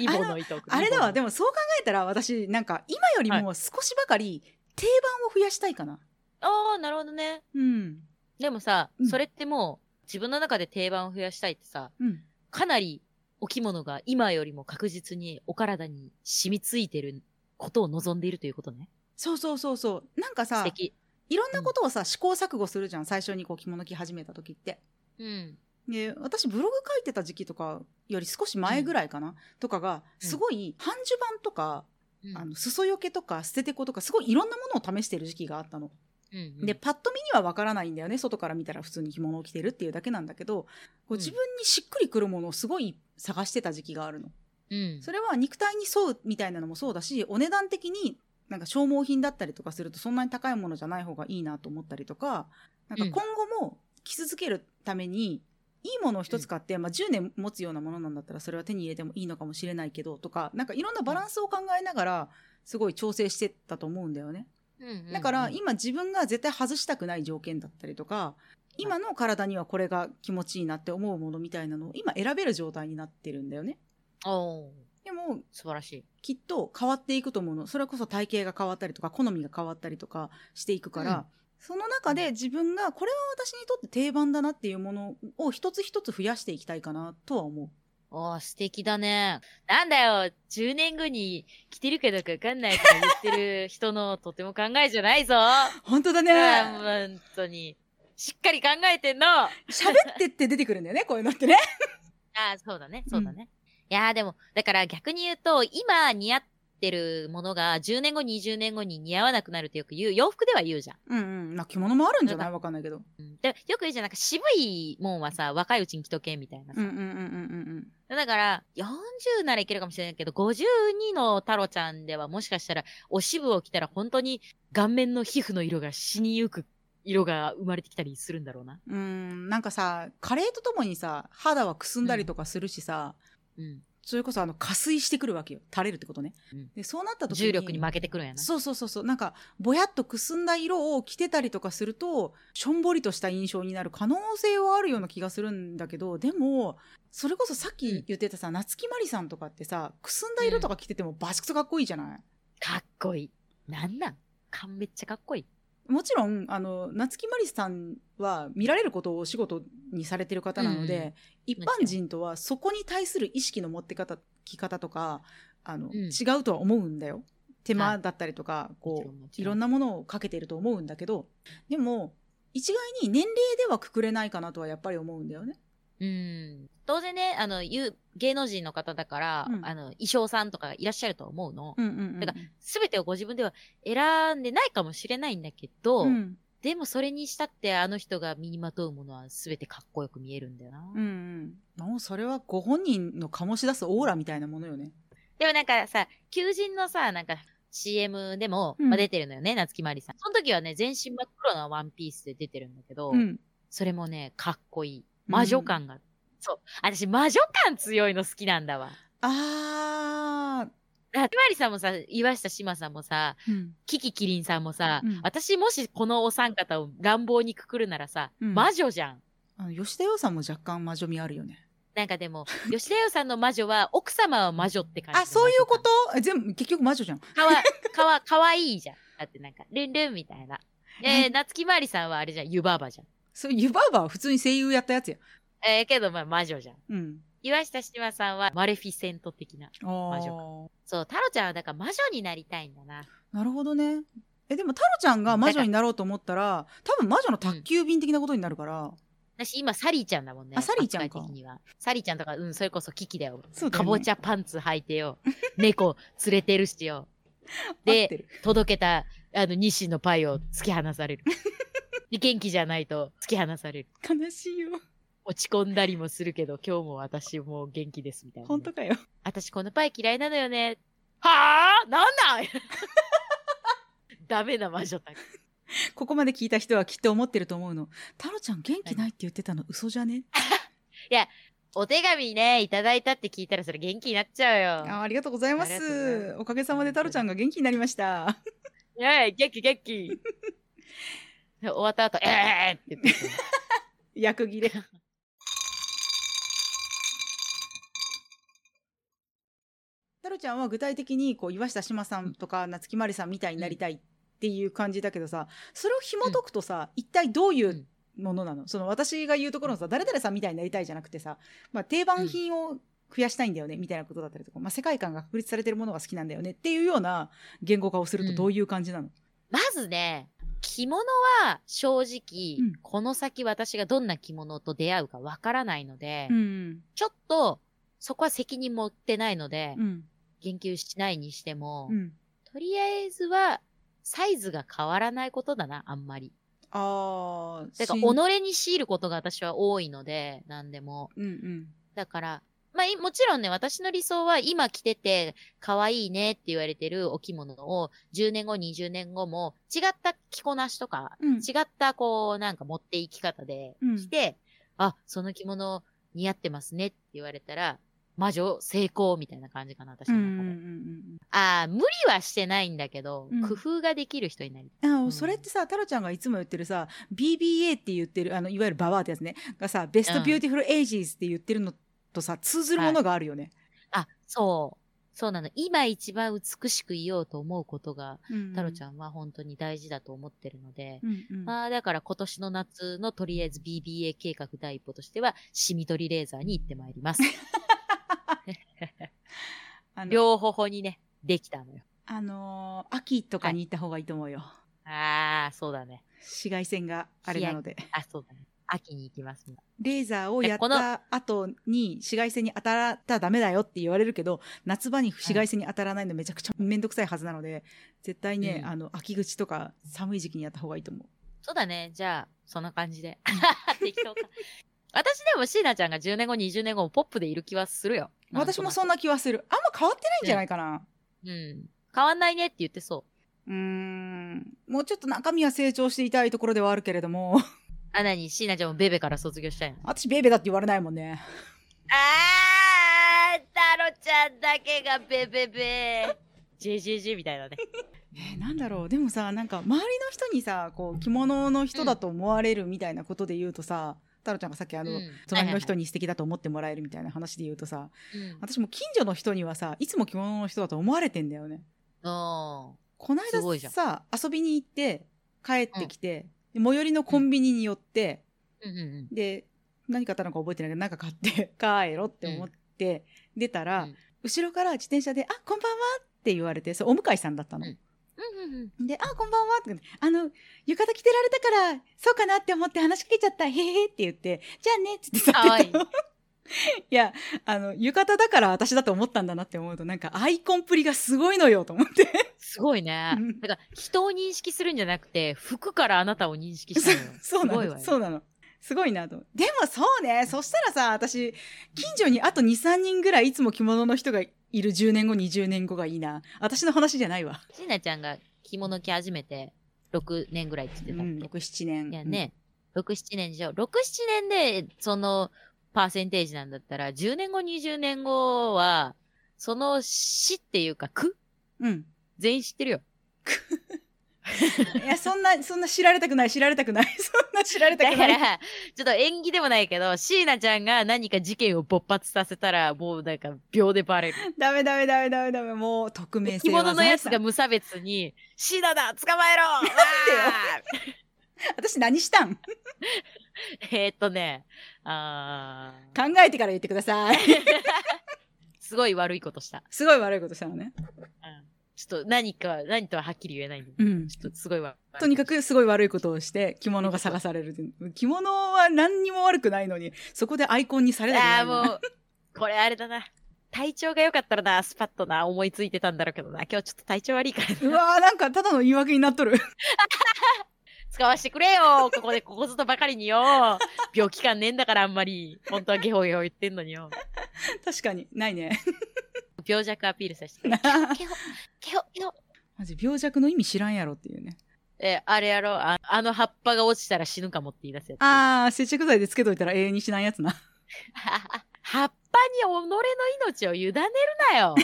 Speaker 3: イボの糸送る。
Speaker 1: あれだわ、
Speaker 3: イボの糸
Speaker 1: でもそう考えたら私、なんか今よりも少しばかり定番を増やしたいかな。
Speaker 3: ああ、なるほどね。
Speaker 1: うん。
Speaker 3: でもさ、
Speaker 1: うん
Speaker 3: それってもう、自分の中で定番を増やしたいってさ、
Speaker 1: うん。
Speaker 3: かなりお着物が今よりも確実にお体に染みついてることを望んでいるということね。
Speaker 1: そうそうそうそう。なんか
Speaker 3: 素
Speaker 1: さ、
Speaker 3: 敵。
Speaker 1: いろんなことをさ、試行錯誤するじゃん。最初にこう着物着始めた時って。
Speaker 3: うん。
Speaker 1: で、私ブログ書いてた時期とかより少し前ぐらいかな、とかが、
Speaker 3: うん
Speaker 1: すごい半襦袢とか、
Speaker 3: うん
Speaker 1: あの、裾よけとか捨ててことか、すごいいろんなものを試してる時期があったの。
Speaker 3: うんうん
Speaker 1: で、パッと見にはわからないんだよね外から見たら普通に着物を着てるっていうだけなんだけどこう
Speaker 3: うん
Speaker 1: 自分にしっくりくるものをすごい探してた時期があるの、
Speaker 3: うん
Speaker 1: それは肉体に沿うみたいなのもそうだしお値段的になんか消耗品だったりとかするとそんなに高いものじゃない方がいいなと思ったりとかなんか
Speaker 3: うん
Speaker 1: 今後も着続けるためにいいものを一つ買って、まあ、10年持つようなものなんだったらそれは手に入れてもいいのかもしれないけどとかなんかいろんなバランスを考えながらすごい調整してたと思うんだよね。
Speaker 3: うん
Speaker 1: だから
Speaker 3: うん
Speaker 1: 今自分が絶対外したくない条件だったりとか今の体にはこれが気持ちいいなって思うものみたいなのを今選べる状態になってるんだよね。
Speaker 3: おー
Speaker 1: でも
Speaker 3: 素晴らしい。
Speaker 1: きっと変わっていくと思うのそれこそ体型が変わったりとか好みが変わったりとかしていくから、
Speaker 3: うん
Speaker 1: その中で自分がこれは私にとって定番だなっていうものを一つ一つ増やしていきたいかなとは思う。
Speaker 3: おー素敵だね。なんだよ、10年後に着てるかどうかわかんないとか言ってる人のとても考えじゃ ないぞ。
Speaker 1: 本当だ
Speaker 3: うん
Speaker 1: ね
Speaker 3: 本当に。しっかり考えてんの。あ
Speaker 1: 喋ってって出てくるんだよねこういうのってね。
Speaker 3: あ、そうだね、そうだね。いやーでも、だから逆に言うと、今似合ってるものが10年後、20年後に似合わなくなるってよく言う、洋服では言うじゃん。
Speaker 1: うんうんまあ着物もあるんじゃないわかんないけど。
Speaker 3: うんでよく言うじゃん、なんか渋いもんはさ、若いうちに着とけ、みたいな
Speaker 1: う
Speaker 3: さ。
Speaker 1: んうんうんうんうん
Speaker 3: だから、40ならいけるかもしれないけど、52の太郎ちゃんではもしかしたら、お渋を着たら本当に顔面の皮膚の色が死にゆく色が生まれてきたりするんだろうな。
Speaker 1: うーんなんかさ加齢とともにさ肌はくすんだりとかするしさ、
Speaker 3: うん。
Speaker 1: それこそあの加水してくるわけよ垂れるってことね、
Speaker 3: うん
Speaker 1: でそうなった時に
Speaker 3: 重力に負けてくるんやな。
Speaker 1: そうそうそうそうなんかぼやっとくすんだ色を着てたりとかするとしょんぼりとした印象になる可能性はあるような気がするんだけどでもそれこそさっき言ってたさ、夏木マリさんとかってさくすんだ色とか着ててもバシクソかっこいいじゃない、
Speaker 3: かっこいい。なんなんかめっちゃかっこいい。
Speaker 1: もちろんあの夏木マリさんは見られることをお仕事にされてる方なので、
Speaker 3: うんうん
Speaker 1: 一般人とはそこに対する意識の持って方着方とかあの、
Speaker 3: うん
Speaker 1: 違うとは思うんだよ手間だったりとか、
Speaker 3: もち
Speaker 1: こ
Speaker 3: ろんも
Speaker 1: う
Speaker 3: ちろん
Speaker 1: いろんなものをかけてると思うんだけどでも一概に年齢ではくくれないかなとはやっぱり思うんだよね。
Speaker 3: うん。当然ね、あの、ゆ芸能人の方だから、
Speaker 1: うん
Speaker 3: あの、衣装さんとかいらっしゃると思うの。
Speaker 1: うんうんうん
Speaker 3: だからすべてをご自分では選んでないかもしれないんだけど、
Speaker 1: うん
Speaker 3: でもそれにしたってあの人が身にまとうものは全てかっこよく見えるんだよな。
Speaker 1: うんうんもうそれはご本人の醸し出すオーラみたいなものよね
Speaker 3: でもなんかさ、求人のさ、なんか CM でも、
Speaker 1: うん
Speaker 3: まあ、出てるのよね、夏木まりさん。その時はね、全身真っ黒なワンピースで出てるんだけど、
Speaker 1: うん
Speaker 3: それもね、かっこいい。魔女感が。そう。私、魔女感強いの好きなんだわ。
Speaker 1: ああ
Speaker 3: 夏木まりさんもさ、岩下志麻さんもさ、
Speaker 1: うん
Speaker 3: キキキリンさんもさ、
Speaker 1: うん
Speaker 3: 私もしこのお三方を乱暴にくくるならさ、
Speaker 1: うん
Speaker 3: 魔女じゃん。
Speaker 1: あの吉田洋さんも若干魔女味あるよね
Speaker 3: なんかで も、吉田洋さんの魔女は、奥様は魔女って感じ。
Speaker 1: あそういうことえ全部結局魔女じゃん
Speaker 3: かわ、かわ、かわいいじゃん。だってなんか、ルンルンみたいな。えー、夏木まりさんはあれじゃん、湯婆婆じゃん。
Speaker 1: それ湯婆婆は普通に声優やったやつや
Speaker 3: えー、けどまあ魔女じゃん。
Speaker 1: うん
Speaker 3: 岩下志麻さんはマレフィセント的な。
Speaker 1: 魔
Speaker 3: 女そう、太郎ちゃんはだから魔女になりたいんだな。
Speaker 1: なるほどねえでも太郎ちゃんが魔女になろうと思ったら多分魔女の宅急便的なことになるから、
Speaker 3: 私今サリーちゃんだもんね。
Speaker 1: あサリーちゃんか
Speaker 3: 扱い的には。サリーちゃんとか、うん、それこそキキだよ。
Speaker 1: そうだよ
Speaker 3: か
Speaker 1: ね
Speaker 3: ぼちゃパンツ履い てよ。猫連れてるしよ。
Speaker 1: 合って
Speaker 3: で、
Speaker 1: る
Speaker 3: 届けた、あの、ニシンのパイを突き放さ れる。で、元気じゃないと突き放される。
Speaker 1: 悲しいよ
Speaker 3: 落ち込んだりもするけど、今日も私もう元気ですみたいなね、
Speaker 1: 本当かよ
Speaker 3: 私このパイ嫌いなのよね。はあなんなん ダメな魔女たち。
Speaker 1: ここまで聞いた人はきっと思ってると思うの太郎ちゃん元気ないって言ってたの嘘じゃね
Speaker 3: お手紙ね、いただいたって聞いたらそれ元気になっちゃうよ。
Speaker 1: あありがとうございま
Speaker 3: ありがとうござい
Speaker 1: すおかげさまで太郎ちゃんが元気になりました
Speaker 3: ねえ、元気元 気。で終わった後、ええー、って言ってくる。
Speaker 1: 役切 れ太郎ちゃんは具体的にこう岩下志麻さんとか夏木マリさんみたいになりたいっていう感じだけどさそれを紐解くとさ、一体どういうものなのその私が言うところのさ誰々さんみたいになりたいじゃなくてさ、まあ、定番品を増やしたいんだよねみたいなことだったりとか、まあ、世界観が確立されてるものが好きなんだよねっていうような言語化をするとどういう感じなの、
Speaker 3: まずね、着物は正直、
Speaker 1: うん
Speaker 3: この先私がどんな着物と出会うかわからないので、
Speaker 1: ん
Speaker 3: ちょっとそこは責任持ってないので、
Speaker 1: うん
Speaker 3: 言及しないにしても、
Speaker 1: うん、
Speaker 3: とりあえずは、サイズが変わらないことだな、あんまり。
Speaker 1: ああ
Speaker 3: だから、己に強いることが私は多いので、何でも。
Speaker 1: うんうん
Speaker 3: だから、まあ、いもちろんね、私の理想は今着てて可愛いねって言われてるお着物を10年後、20年後も違った着こなしとか、
Speaker 1: うん
Speaker 3: 違ったこうなんか持っていき方で
Speaker 1: うん
Speaker 3: 着て、あ、その着物似合ってますねって言われたら、魔女成功みたいな感じかな、私
Speaker 1: う
Speaker 3: の
Speaker 1: んう
Speaker 3: 中で。
Speaker 1: ん
Speaker 3: ああ、無理はしてないんだけど、
Speaker 1: うん
Speaker 3: 工夫ができる人になりたい。
Speaker 1: うん、あ
Speaker 3: ん
Speaker 1: それってさ太郎ちゃんがいつも言ってるさ BBA って言ってるあのいわゆるババアってやつねがさベストビューティフルエイジーズって言ってるのとさ通ずるものがあるよね。
Speaker 3: あ、そう。そうなの。今一番美しくいようと思うことが、太郎ち
Speaker 1: ん、
Speaker 3: ゃんは本当に大事だと思ってるので、
Speaker 1: うんうん
Speaker 3: まあだから今年の夏のとりあえず BBA 計画第一歩としては、シミ取りレーザーに行ってまいります。
Speaker 1: あの
Speaker 3: 両頬にね、できたのよ。
Speaker 1: あのー秋とかに行った方がいいと思うよ、
Speaker 3: ああ、そうだね。
Speaker 1: 紫外線があれなので
Speaker 3: あ、そうだね。秋に行きます。
Speaker 1: レーザーをやっ
Speaker 3: この
Speaker 1: た後に紫外線に当たったらダメだよって言われるけど夏場に紫外線に当たらないのめちゃくちゃめんどくさいはずなので絶対ね、
Speaker 3: うん
Speaker 1: あの秋口とか寒い時期にやった方がいいと思う。
Speaker 3: そうだね。じゃあ、そんな感じ で。適当か。私でも椎名ちゃんが10年後、20年後もポップでいる気はするよ。
Speaker 1: 私もそん
Speaker 3: な
Speaker 1: な気はする。あんま変わってないんじゃないかな。
Speaker 3: んとなく。うん。変わんないねって言ってそう。
Speaker 1: うーん。もうちょっと中身は成長していたいところではあるけれども、
Speaker 3: あ、なに、椎名ちゃんもベベから卒業したいの
Speaker 1: 私ベイベーだって言われないもんね。
Speaker 3: あー、タロちゃんだけがベベベジェジェジェみたいなね。
Speaker 1: えーなんだろう。でもさ、なんか周りの人にさ、こう着物の人だと思われるみたいなことで言うとさ、太郎ちゃんがさっきあの、
Speaker 3: うん
Speaker 1: 隣の人
Speaker 3: はい
Speaker 1: に素敵だと思ってもらえるみたいな話で言うとさ、
Speaker 3: はいはいうん
Speaker 1: 私も近所の人にはさ、いつも着物の人だと思われてんだよね。
Speaker 3: お
Speaker 1: この
Speaker 3: すごいじ
Speaker 1: 間
Speaker 3: ゃん
Speaker 1: さ、遊びに行って、帰ってきて、で最寄りのコンビニに寄って、
Speaker 3: ーうんうんうん
Speaker 1: で何買ったのか覚えてないけど何か買って帰ろって思って出たら、
Speaker 3: うん
Speaker 1: 後ろから自転車で「あこんばんは」って言われてそれお向かいさんだったの、
Speaker 3: うんうんうん
Speaker 1: で、あ、こんばんはって言ってあの、浴衣着てられたから、そうかなって思って話しかけちゃった。へへへって言って、じゃあねって言って去ってったの いや、あの、浴衣だから私だと思ったんだなって思うと、なんかアイコンっぷりがすごいのよと思って。
Speaker 3: すごい ね
Speaker 1: うん。。
Speaker 3: だから人を認識するんじゃなくて、服からあなたを認識したのよ
Speaker 1: そうな
Speaker 3: すごいわ
Speaker 1: の。
Speaker 3: よ
Speaker 1: そうなの。すごいなと。でもそうね、そしたらさ、私、近所にあと2、3人ぐらいいつも着物の人がいる10年後、20年後がいいな。私の話じゃないわ。
Speaker 3: しなちゃんが着物着始めて6年ぐらいって
Speaker 1: う
Speaker 3: 言ってたっ
Speaker 1: ん、6、
Speaker 3: け、
Speaker 1: 7年。
Speaker 3: いやね、6、7年でしょ。6、7年でそのパーセンテージなんだったら、10年後、20年後は、その死っていうか、く
Speaker 1: うん。うん。
Speaker 3: 全員知ってるよ。
Speaker 1: いや、そんな、そんな知られたくない、知られたくない。 そんな知られた
Speaker 3: だ
Speaker 1: く
Speaker 3: か
Speaker 1: ない。
Speaker 3: ら、ちょっと縁起でもないけど、椎名ちゃんが何か事件を勃発させたら、もうなんか秒でバレる。
Speaker 1: ダメダメダメダメダメ。もう、匿名
Speaker 3: 着
Speaker 1: 性は
Speaker 3: 物のやつが
Speaker 1: 財産
Speaker 3: 無差別に、椎名だ捕まえろわー
Speaker 1: 私何したん考
Speaker 3: えーっとね、あー、
Speaker 1: えてから言ってください。
Speaker 3: すごい悪いことした。
Speaker 1: すごい悪いことしたのね。
Speaker 3: ちょっと何か、何とははっきり言えないんで。
Speaker 1: うん。
Speaker 3: ちょっとすごいわ。
Speaker 1: とにかくすごい悪いことをして着物が探される。着物は何にも悪くないのに、そこでアイコンにされたくな
Speaker 3: あ
Speaker 1: い
Speaker 3: あ、
Speaker 1: の。
Speaker 3: もう、これあれだな。体調が良かったらな、スパッとな、思いついてたんだろうけどな。今日ちょっと体調悪いから
Speaker 1: うわーなんかただの言い訳になっとる。
Speaker 3: 使わせてくれよここでここずっとばかりによ病気感ねえんだからあんまり。本当はゲホゲホ言ってんのによ。
Speaker 1: 確かに、ない ね。
Speaker 3: 病弱アピールさせてくれ。ゲホ、ゲホ、ゲホ。
Speaker 1: マジ、病弱の意味知らんやろっていうね。
Speaker 3: え、あれやろああの葉っぱが落ちたら死ぬかもって言い出すやつ。
Speaker 1: あー、接着剤でつけといたら永遠にしないやつな。
Speaker 3: 葉っぱに己の命を委ねるな よ。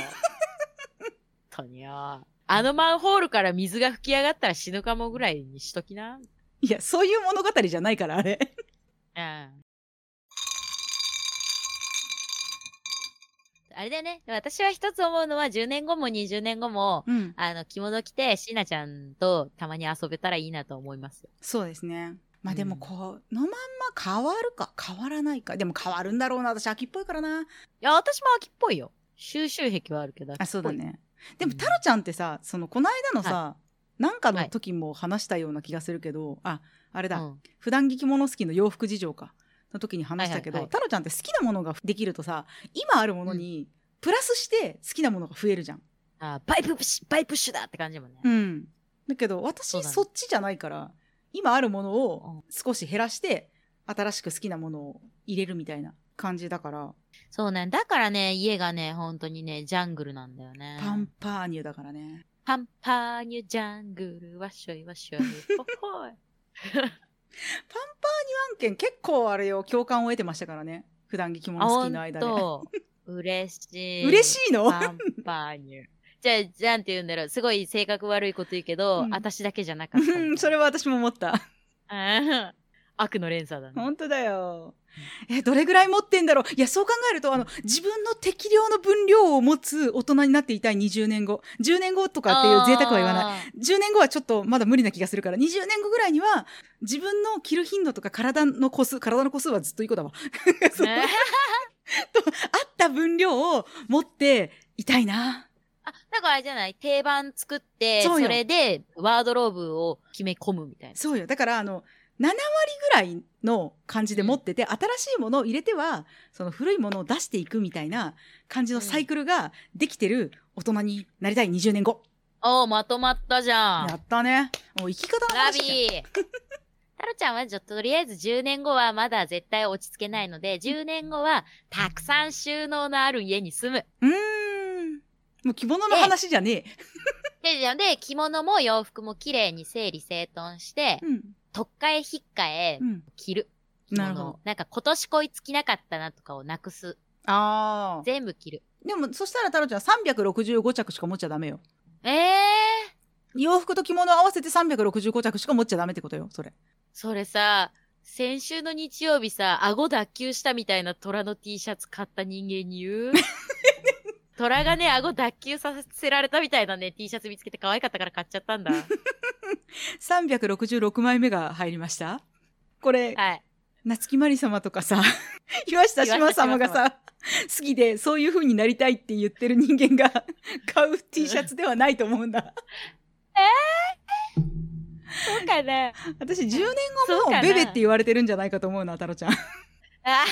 Speaker 3: とによ。あのマンホールから水が吹き上がったら死ぬかもぐらいにしときな。
Speaker 1: いや、そういう物語じゃないから、あれ。
Speaker 3: うん。あれだよね。私は一つ思うのは10年後も20年後も、
Speaker 1: うん。
Speaker 3: あの、着物着て、しなちゃんとたまに遊べたらいいなと思います。
Speaker 1: そうですね。まあ
Speaker 3: うん
Speaker 1: でも、このまんま変わるか、変わらないか。でも変わるんだろうな。私、秋っぽいからな。
Speaker 3: いや、私も秋っぽいよ。収集癖はあるけど。
Speaker 1: あ、そうだね。でも、
Speaker 3: うん
Speaker 1: タロちゃんってさ、その、この間のさ、なんかの時も話したような気がするけど、あ、あれ
Speaker 3: 秋
Speaker 1: だ、
Speaker 3: っぽい。うん
Speaker 1: 普段着着物好きの洋服事情か、の時に話したけど、
Speaker 3: はいはいはい
Speaker 1: タロちゃんって好きなものができるとさ、今あるものに、プラスして好きなものが増えるじゃん。
Speaker 3: あバイプッシュ、バイプッシュだって感じだもんね。
Speaker 1: うん。だけど、私、
Speaker 3: そ
Speaker 1: そう
Speaker 3: だね
Speaker 1: っちじゃないから、今あるものを少し減らして、新しく好きなものを入れるみたいな感じだから、
Speaker 3: そうね。だからね、家がね、本当にね、ジャングルなんだよね。
Speaker 1: パンパーニュだからね。
Speaker 3: パンパーニュジャングル、わっしょいわ っしょい。ほっほい。
Speaker 1: パンパーニュ案件結構あれよ、共感を得てましたからね。普段着着物好きの間で。
Speaker 3: あほんと嬉しい。
Speaker 1: 嬉
Speaker 3: い。
Speaker 1: しいの
Speaker 3: パンパーニュ。じゃあ、じゃんって言うんだろう。すごい性格悪いこと言うけど、
Speaker 1: うん
Speaker 3: 私だけじゃなかった。
Speaker 1: うん、それは私も思った。
Speaker 3: うん 悪の連鎖だね。
Speaker 1: 本当だよ。え、どれぐらい持ってんだろういや、そう考えると、あの、自分の適量の分量を持つ大人になっていたい20年後。10年後とかっていう贅沢は言わない。
Speaker 3: い。
Speaker 1: 10年後はちょっとまだ無理な気がするから、20年後ぐらいには、自分の着る頻度とか体の個数、体の個数はずっといい子だわ。 その
Speaker 3: ね
Speaker 1: あった分量を持っていたいな。
Speaker 3: あ、だからあれじゃない定番作って、
Speaker 1: そ
Speaker 3: そう
Speaker 1: よ
Speaker 3: れでワードローブを決め込むみたいな。
Speaker 1: そうよ。だから、あの、7割ぐらいの感じで持ってて、新しいものを入れては、その古いものを出していくみたいな感じのサイクルができてる大人になりたい20年後。
Speaker 3: おー、まとまったじゃん。
Speaker 1: やったね。もう生き方の
Speaker 3: ラ
Speaker 1: 話だよ
Speaker 3: ビー。タロちゃんは、ちょっととりあえず10年後はまだ絶対落ち着けないので、10年後はたくさん収納のある家に住む。
Speaker 1: うーん。もう着物の話じゃねえ。
Speaker 3: で、でで着物も洋服も綺麗に整理整頓して、
Speaker 1: うん。
Speaker 3: とっかえひっかえ
Speaker 1: うん。
Speaker 3: 着る。
Speaker 1: なるほ
Speaker 3: もの
Speaker 1: ど
Speaker 3: を。なんか今年こいつ着なかったなとかをなくす。
Speaker 1: ああ。
Speaker 3: 全部着る。
Speaker 1: でも、そしたら太郎ちゃん365着しか持っちゃダメよ。
Speaker 3: ええー。
Speaker 1: 洋服と着物合わせて365着しか持っちゃダメってことよ、それ。
Speaker 3: それさ、先週の日曜日さ、顎脱臼したみたいな虎の T シャツ買った人間 に言う虎がね、顎脱臼させられたみたいなね、T シャツ見つけて可愛かったから買っちゃ ったんだ。
Speaker 1: 366枚目が入りましたこれ、
Speaker 3: はい。
Speaker 1: 夏木マリ様とかさ、 岩下志麻様がさ、好きでそういう風に なりたいって言ってる人間が買う T シャツではないと思うんだ。
Speaker 3: そうかな
Speaker 1: 私10年
Speaker 3: そう
Speaker 1: 後
Speaker 3: か
Speaker 1: も
Speaker 3: な
Speaker 1: ベベって言われてるんじゃないかと思うなタロちゃん
Speaker 3: あ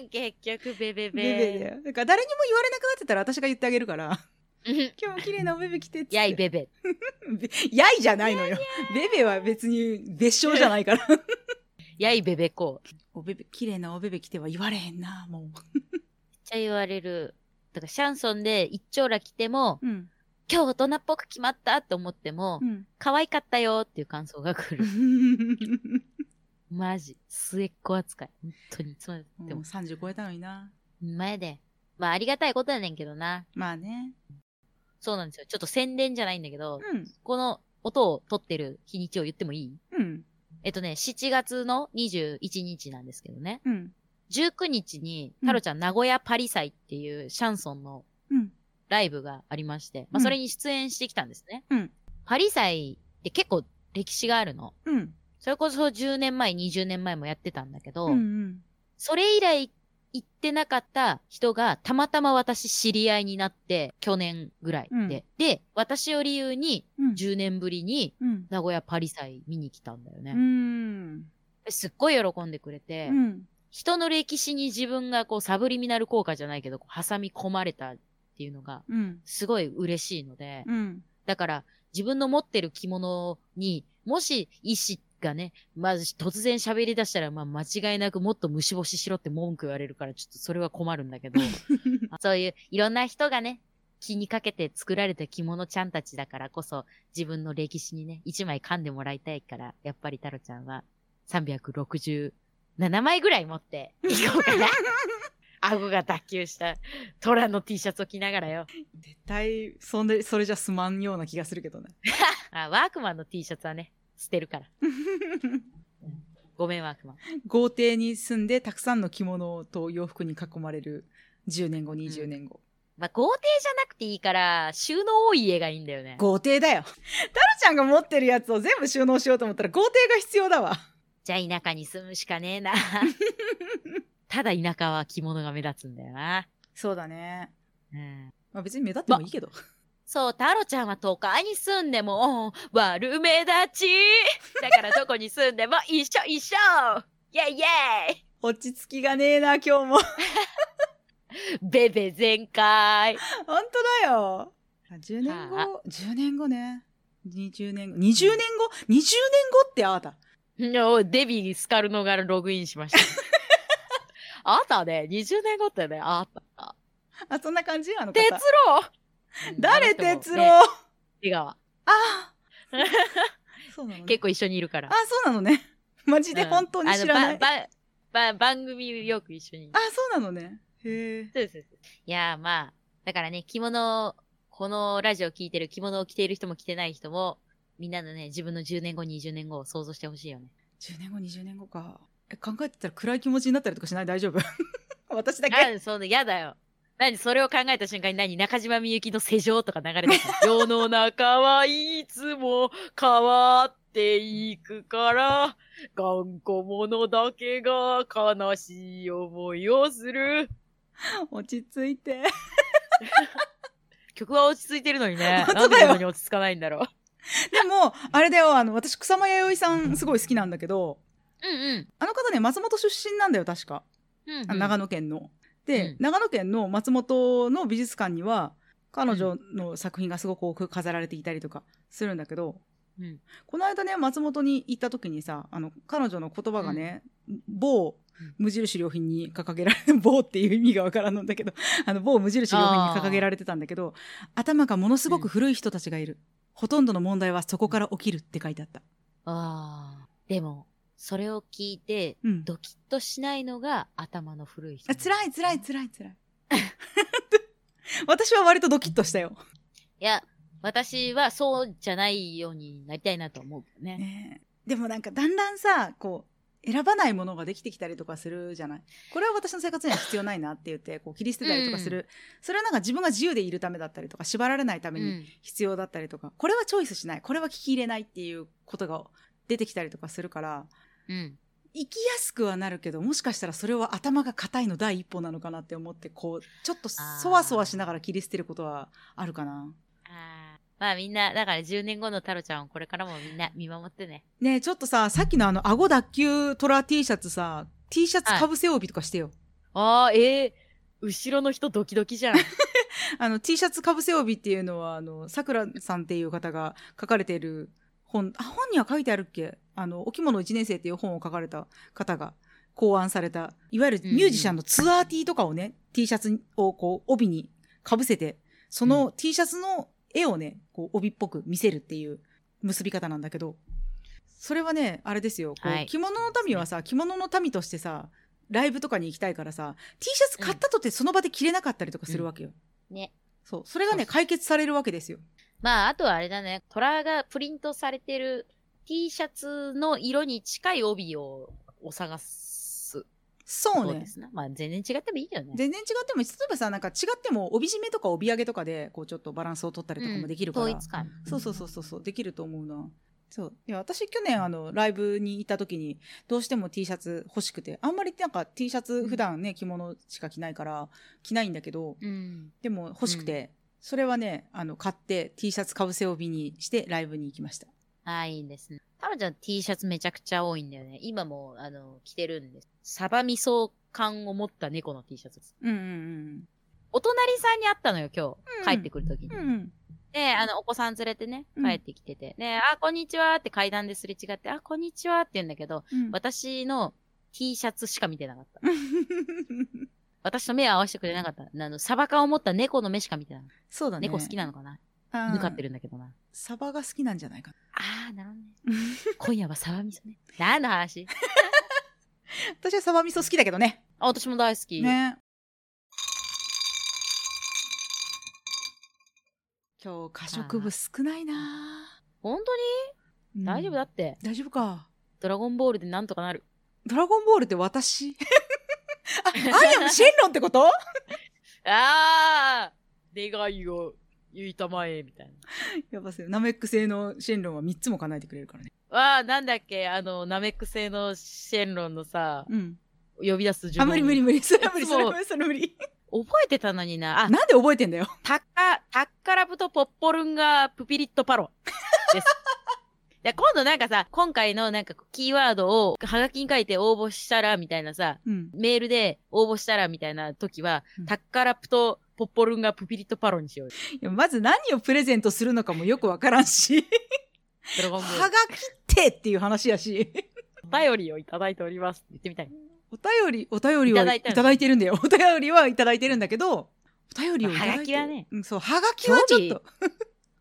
Speaker 3: ー 結局ベベベ
Speaker 1: ベベだよだから誰にも言われなくなってたら私が言ってあげる から
Speaker 3: うん
Speaker 1: 今日も綺麗なおベベ着てっつって
Speaker 3: やいベベ
Speaker 1: べやいじゃないのよベベは別に別称じゃないから
Speaker 3: やいベベこうめっ
Speaker 1: おベベ綺麗なおベベ着ては言われへんなも
Speaker 3: ちゃ言われるだからシャンソンで一丁羅着ても
Speaker 1: ううん
Speaker 3: 今日大人っぽく決まったって思っても、
Speaker 1: うん
Speaker 3: 可愛かったよっていう感想が来る。マジ、末っ子扱い。本当にいつまでた っ
Speaker 1: で
Speaker 3: て
Speaker 1: も
Speaker 3: も、
Speaker 1: 30超えたのにな
Speaker 3: 前で。まあ、ありがたいことやねんけどな。
Speaker 1: まあね
Speaker 3: そうなんですよ。ちょっと宣伝じゃないんだけど、
Speaker 1: うん
Speaker 3: この音を撮ってる日にちを言ってもいい
Speaker 1: うん
Speaker 3: えっとね、7月の21日なんですけどね。
Speaker 1: うん
Speaker 3: 19日に、
Speaker 1: うん
Speaker 3: タロちゃん名古屋パリ祭っていうシャンソンの
Speaker 1: うん
Speaker 3: ライブがありまして、
Speaker 1: う
Speaker 3: ま
Speaker 1: ん
Speaker 3: あ、それに出演してきたんですね。
Speaker 1: うん
Speaker 3: パリ祭って結構歴史があるの。
Speaker 1: うん
Speaker 3: それこそ10年前、20年前もやってたんだけど、
Speaker 1: うんうん
Speaker 3: それ以来行ってなかった人がたまたま私知り合いになって、去年ぐらいで。
Speaker 1: うん
Speaker 3: で、私を理由に
Speaker 1: うん
Speaker 3: 10年ぶりに
Speaker 1: うん
Speaker 3: 名古屋パリ祭見に来たんだよね。
Speaker 1: うん
Speaker 3: すっごい喜んでくれて、
Speaker 1: うん
Speaker 3: 人の歴史に自分がこうサブリミナル効果じゃないけど、こう挟み込まれたっていうのが
Speaker 1: うん
Speaker 3: すごい嬉しいので、
Speaker 1: うん
Speaker 3: だから自分の持ってる着物に、もし医師がね、まず突然喋り出したら、まあ間違いなくもっと虫干ししろって文句言われるから、ちょっとそれは困るんだけど、あそういういろんな人がね、気にかけて作られた着物ちゃんたちだからこそ、自分の歴史にね、一枚噛んでもらいたいから、やっぱりタロちゃんは367枚ぐらい持っていこうかな。顎が脱臼した虎の T シャツを着ながらよ。
Speaker 1: 絶対そんでそれじゃすまんような気がするけ どね
Speaker 3: あ、ワークマンの T シャツはね、捨てるから。ごめん、ワークマン。
Speaker 1: 豪邸に住んでたくさんの着物と洋服に囲まれる10年後20年後、
Speaker 3: まあ、豪邸じゃなくていいから、収納多い家がいいんだよね。
Speaker 1: 豪邸だよタロちゃんが持ってるやつを全部収納しようと思ったら豪邸が必要だわ
Speaker 3: じゃあ田舎に住むしかね えな。ただ田舎は着物が目立つんだよな。
Speaker 1: そうだね
Speaker 3: うん。
Speaker 1: まあ別に目立ってもいいけど、
Speaker 3: そう、タロちゃんは都会に住んでも、悪目立ち。だからどこに住んでも一緒一緒。イェイイェ
Speaker 1: 落ち着きがねえな今日も
Speaker 3: イベベ全開。
Speaker 1: 本当だよ10年
Speaker 3: は
Speaker 1: 後10年後ね20年後20年後20年後ってあなた
Speaker 3: のデビー・スカルノがログインしました。 あったね。20年後ってね、あった。
Speaker 1: あそんな感じあの方
Speaker 3: 哲郎
Speaker 1: 誰哲郎、
Speaker 3: ね
Speaker 1: あ
Speaker 3: 江川。
Speaker 1: あ そうなの、ね
Speaker 3: 結、構一緒にいるから
Speaker 1: あ。そうなのねマジで
Speaker 3: うん
Speaker 1: 本当に知らない、
Speaker 3: あのばばば番組よく一緒に。
Speaker 1: あ、そうなのね。へえ。
Speaker 3: そうですそうです。いやー、まあ、だからね、着物を、このラジオ聞いてる着物を着ている人も着てない人も、みんなのね、自分の10年後、20年後を想像してほしいよね。
Speaker 1: 10年後、20年後か。え、考えてたら暗い気持ちになったりとかしない大丈夫 私だけ
Speaker 3: なんでその、やだよ。何それを考えた瞬間に何中島みゆきの世情とか流れ てた世の中はいつも変わっていくから、頑固者だけが悲しい思いをする。
Speaker 1: 落ち着いて。
Speaker 3: 曲は落ち着いてるのに ね。
Speaker 1: 本
Speaker 3: な
Speaker 1: 当
Speaker 3: んで
Speaker 1: だよ
Speaker 3: こんなに落ち着かないんだろう。
Speaker 1: でも、あれだよ、あの、私、草間弥生さんすごい好きなんだけど、
Speaker 3: うん
Speaker 1: あの方ね、松本出身なんだよ、確か。
Speaker 3: うん。うん
Speaker 1: あの長野県の。で、
Speaker 3: うん
Speaker 1: 長野県の松本の美術館には、彼女の作品がすごく多く飾られていたりとかするんだけど、
Speaker 3: うん
Speaker 1: この間ね、松本に行った時にさ、あの、彼女の言葉がね、某無印良品に掲げられ、某っていう意味がわからんのだけど、 あの、某無印良品に掲げられてたんだけど、頭がものすごく古い人たちがいる。ほとんどの問題はそこから起きるって書いてあった。
Speaker 3: ああ。でも、それを聞いて、
Speaker 1: うん。
Speaker 3: ドキッとしないのが頭の古い人。
Speaker 1: あ辛い辛い辛い辛い。 私は割とドキッとしたよ。
Speaker 3: いや、私はそうじゃないようになりたいなと思うけどね。
Speaker 1: ねえでもなんかだんだんさこう選ばないものができてきたりとかするじゃないこれは私の生活には必要ないなって言ってこう切り捨てたりとかする、それはなんか自分が自由でいるためだったりとか縛られないた
Speaker 3: う
Speaker 1: めに。必要だったりとか、これはチョイスしないこれは聞き入れないっていうことが出てきたりとかするから
Speaker 3: うん。
Speaker 1: 生きやすくはなるけどもしかしたらそれは頭が硬いの第一歩なのかなって思ってこうちょっとそわそわしながら切り捨てることはあるかな。
Speaker 3: あーまあみんな、だから10年後の太郎ちゃんをこれからもみんな見守ってね。
Speaker 1: ねえちょっとささっきのあの顎脱臼トラ T シャツさ T シャツかぶせ帯とかしてよ、
Speaker 3: ああ、ええ後ろの人ドキドキじゃん。
Speaker 1: あの T シャツかぶせ帯っていうのはあのさくらさんっていう方が書かれている本あ本には書いてあるっけあの「お着物1年生」っていう本を書かれた方が考案されたいわゆる
Speaker 3: うんうん
Speaker 1: ミュージシャンのツアー T とかをね、T シャツをこう帯にかぶせてその T シャツの絵をねこう帯っぽく見せるっていう結び方なんだけどそれはねあれですよこう、
Speaker 3: はい
Speaker 1: 着物の民はさ着物の民としてさライブとかに行きたいからさ T シャツ買ったとてその場で着れなかったりとかするわけよ。
Speaker 3: ね。
Speaker 1: そう。それが
Speaker 3: そ
Speaker 1: ね、
Speaker 3: うそう
Speaker 1: 解決されるわけですよ。
Speaker 3: まあ、あとはあれだね、虎がプリントされてる T シャツの色に近い帯をお探す。
Speaker 1: そうう
Speaker 3: で
Speaker 1: ね。
Speaker 3: すね。まあ、全然違ってもいいよね。
Speaker 1: 全然違っても、例えばさ、なんか違っても、帯締めとか帯揚げとかで、こうちょっとバランスを取ったりとかもできるから。
Speaker 3: 統一感。
Speaker 1: そうそうそうそうそう、できると思うな。そう。いや、私去年、あの、ライブに行った時に、どうしても T シャツ欲しくて、あんまりなんか T シャツ普段ね、着物しか着ないから、着ないんだけど、
Speaker 3: うん。
Speaker 1: でも欲しくて、それはね、あの、買って T シャツかぶせ帯にしてライブに行きました。
Speaker 3: ああ、いいですね。タロちゃん T シャツめちゃくちゃ多いんだよね。今も、あの、着てるんです。サバ味噌缶を持った猫の T シャツです。
Speaker 1: うんうん
Speaker 3: お隣さんに会ったのよ、今
Speaker 1: うん
Speaker 3: 日。帰ってくるときに。
Speaker 1: うん。うん
Speaker 3: で、あの、お子さん連れてね、
Speaker 1: うん
Speaker 3: 帰ってきてて。で、あ、こんにちはって階段ですれ違って、あ、こんにちはって言うんだけど、
Speaker 1: うん。
Speaker 3: 私の T シャツしか見てなかった。私と目を合わせてくれなかった。あの、サバ缶を持った猫の目しか見てなかっ
Speaker 1: そうだ
Speaker 3: た。
Speaker 1: ね。
Speaker 3: 猫好きなのかな、
Speaker 1: な
Speaker 3: 向かってるんだけどな。
Speaker 1: サバが好きなんじゃないか
Speaker 3: あー、なるほどね。
Speaker 1: な。
Speaker 3: 今夜はサバ味噌ね。何の話
Speaker 1: 私はサバ味噌好きだけどね。
Speaker 3: あ、私も大好き。
Speaker 1: ね。今日、過食部少ないな
Speaker 3: 本当に
Speaker 1: うん
Speaker 3: 大丈夫だって。
Speaker 1: 大丈夫か。
Speaker 3: ドラゴンボールでなんとかなる。
Speaker 1: ドラゴンボールって私 あ、アイアムシェンロンってこと
Speaker 3: あー願いを言いたまえ、みたいな。
Speaker 1: やばすよ。ナメック製のシェンロンは3つも叶えてくれるからね。
Speaker 3: わあ、なんだっけ、あの、ナメック星のシェンロンのさ、
Speaker 1: うん。
Speaker 3: 呼び出す順
Speaker 1: あ、無理無理無 理。それは無理、
Speaker 3: いつ
Speaker 1: そ
Speaker 3: も
Speaker 1: れは無理、それは無 理。
Speaker 3: 覚えてたのにな。あ、
Speaker 1: なんで覚えてんだよ。
Speaker 3: タッカ、タッカラブとポッポルンがプピリットパロ。 です。いや、今度なんかさ、今回のなんかキーワードをハガキに書いて応募したらみたいなさ、
Speaker 1: うん。
Speaker 3: メールで応募したらみたいな時は、
Speaker 1: うん
Speaker 3: タッカラプとポッポルンがプピリットパロにしようよ。
Speaker 1: いやまず何をプレゼントするのかもよくわからんし、
Speaker 3: ドラゴンボー
Speaker 1: はがきってっていう話やし。
Speaker 3: ル。お便りをいただいております。言ってみたい。
Speaker 1: お便り、お便りはい
Speaker 3: ただ
Speaker 1: い
Speaker 3: いたの
Speaker 1: ただいてるんだよ。お 便りはいただいてるんだけど、お便りをいただいてる。
Speaker 3: はがきはね
Speaker 1: うん、そう、はがきはちょっ
Speaker 3: 興
Speaker 1: と。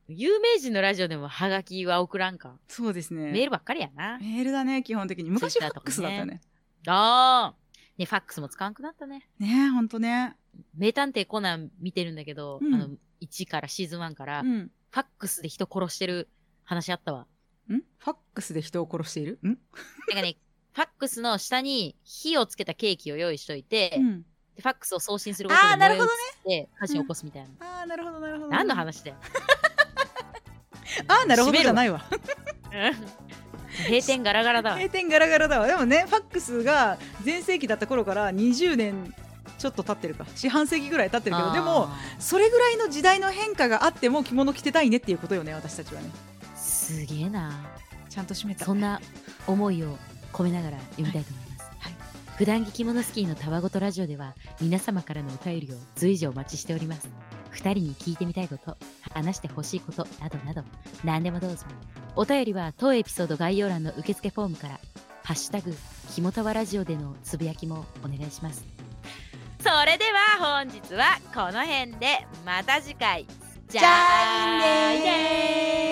Speaker 3: 有名人のラジオでもハガキは送らんか。
Speaker 1: そうですね。
Speaker 3: メールばっかりやな。
Speaker 1: メールだね、基本的に。昔ファ
Speaker 3: Twitter
Speaker 1: ックスだったよね。
Speaker 3: ああ。ね、ファックスも使わんくなったね。
Speaker 1: ねえ、ほんとね。
Speaker 3: 名探偵コナン見てるんだけど、
Speaker 1: うん
Speaker 3: あの、1からシーズン1から、
Speaker 1: う
Speaker 3: フ
Speaker 1: ん。ん
Speaker 3: ァックスで人殺してる話あったわ。
Speaker 1: ファックスで人を殺しているん
Speaker 3: なん かね、ファックスの下に火をつけたケーキを用意しといて、
Speaker 1: うん。
Speaker 3: でファックスを送信すること
Speaker 1: あー
Speaker 3: で
Speaker 1: なる
Speaker 3: 燃
Speaker 1: ほ
Speaker 3: え
Speaker 1: ど
Speaker 3: 移
Speaker 1: ね
Speaker 3: って火事を起こすみたいな。
Speaker 1: ああ、なるほど、なるほど。
Speaker 3: 何の話だよ。
Speaker 1: ああ、なるほどじゃないわ。
Speaker 3: 閉店ガラガラだわ。
Speaker 1: 閉店ガラガラだわ。でもね、ファックスが全盛期だった頃から20年ちょっと経ってるか。四半世紀ぐらい経ってるけど、でも、
Speaker 3: あ
Speaker 1: それぐらいの時代の変化があっても着物着てたいねっていうことよね、私たちはね。
Speaker 3: ー、すげえな。
Speaker 1: ちゃんと締めた。
Speaker 3: そんな思いを込めながら読みたいと思います。
Speaker 1: はい
Speaker 3: 普段着着物スキーのたわごとラジオでは皆様からのお便りを随時お待ちしております。二人に聞いてみたいこと、話してほしいことなどなど何でもどうぞ。お便りは当エピソード概要欄の受付フォームから「ハッシュタグひもたわラジオ」でのつぶやきもお願いします。それでは本日はこの辺でまた次回じ
Speaker 1: ゃあねー
Speaker 3: ゃあねー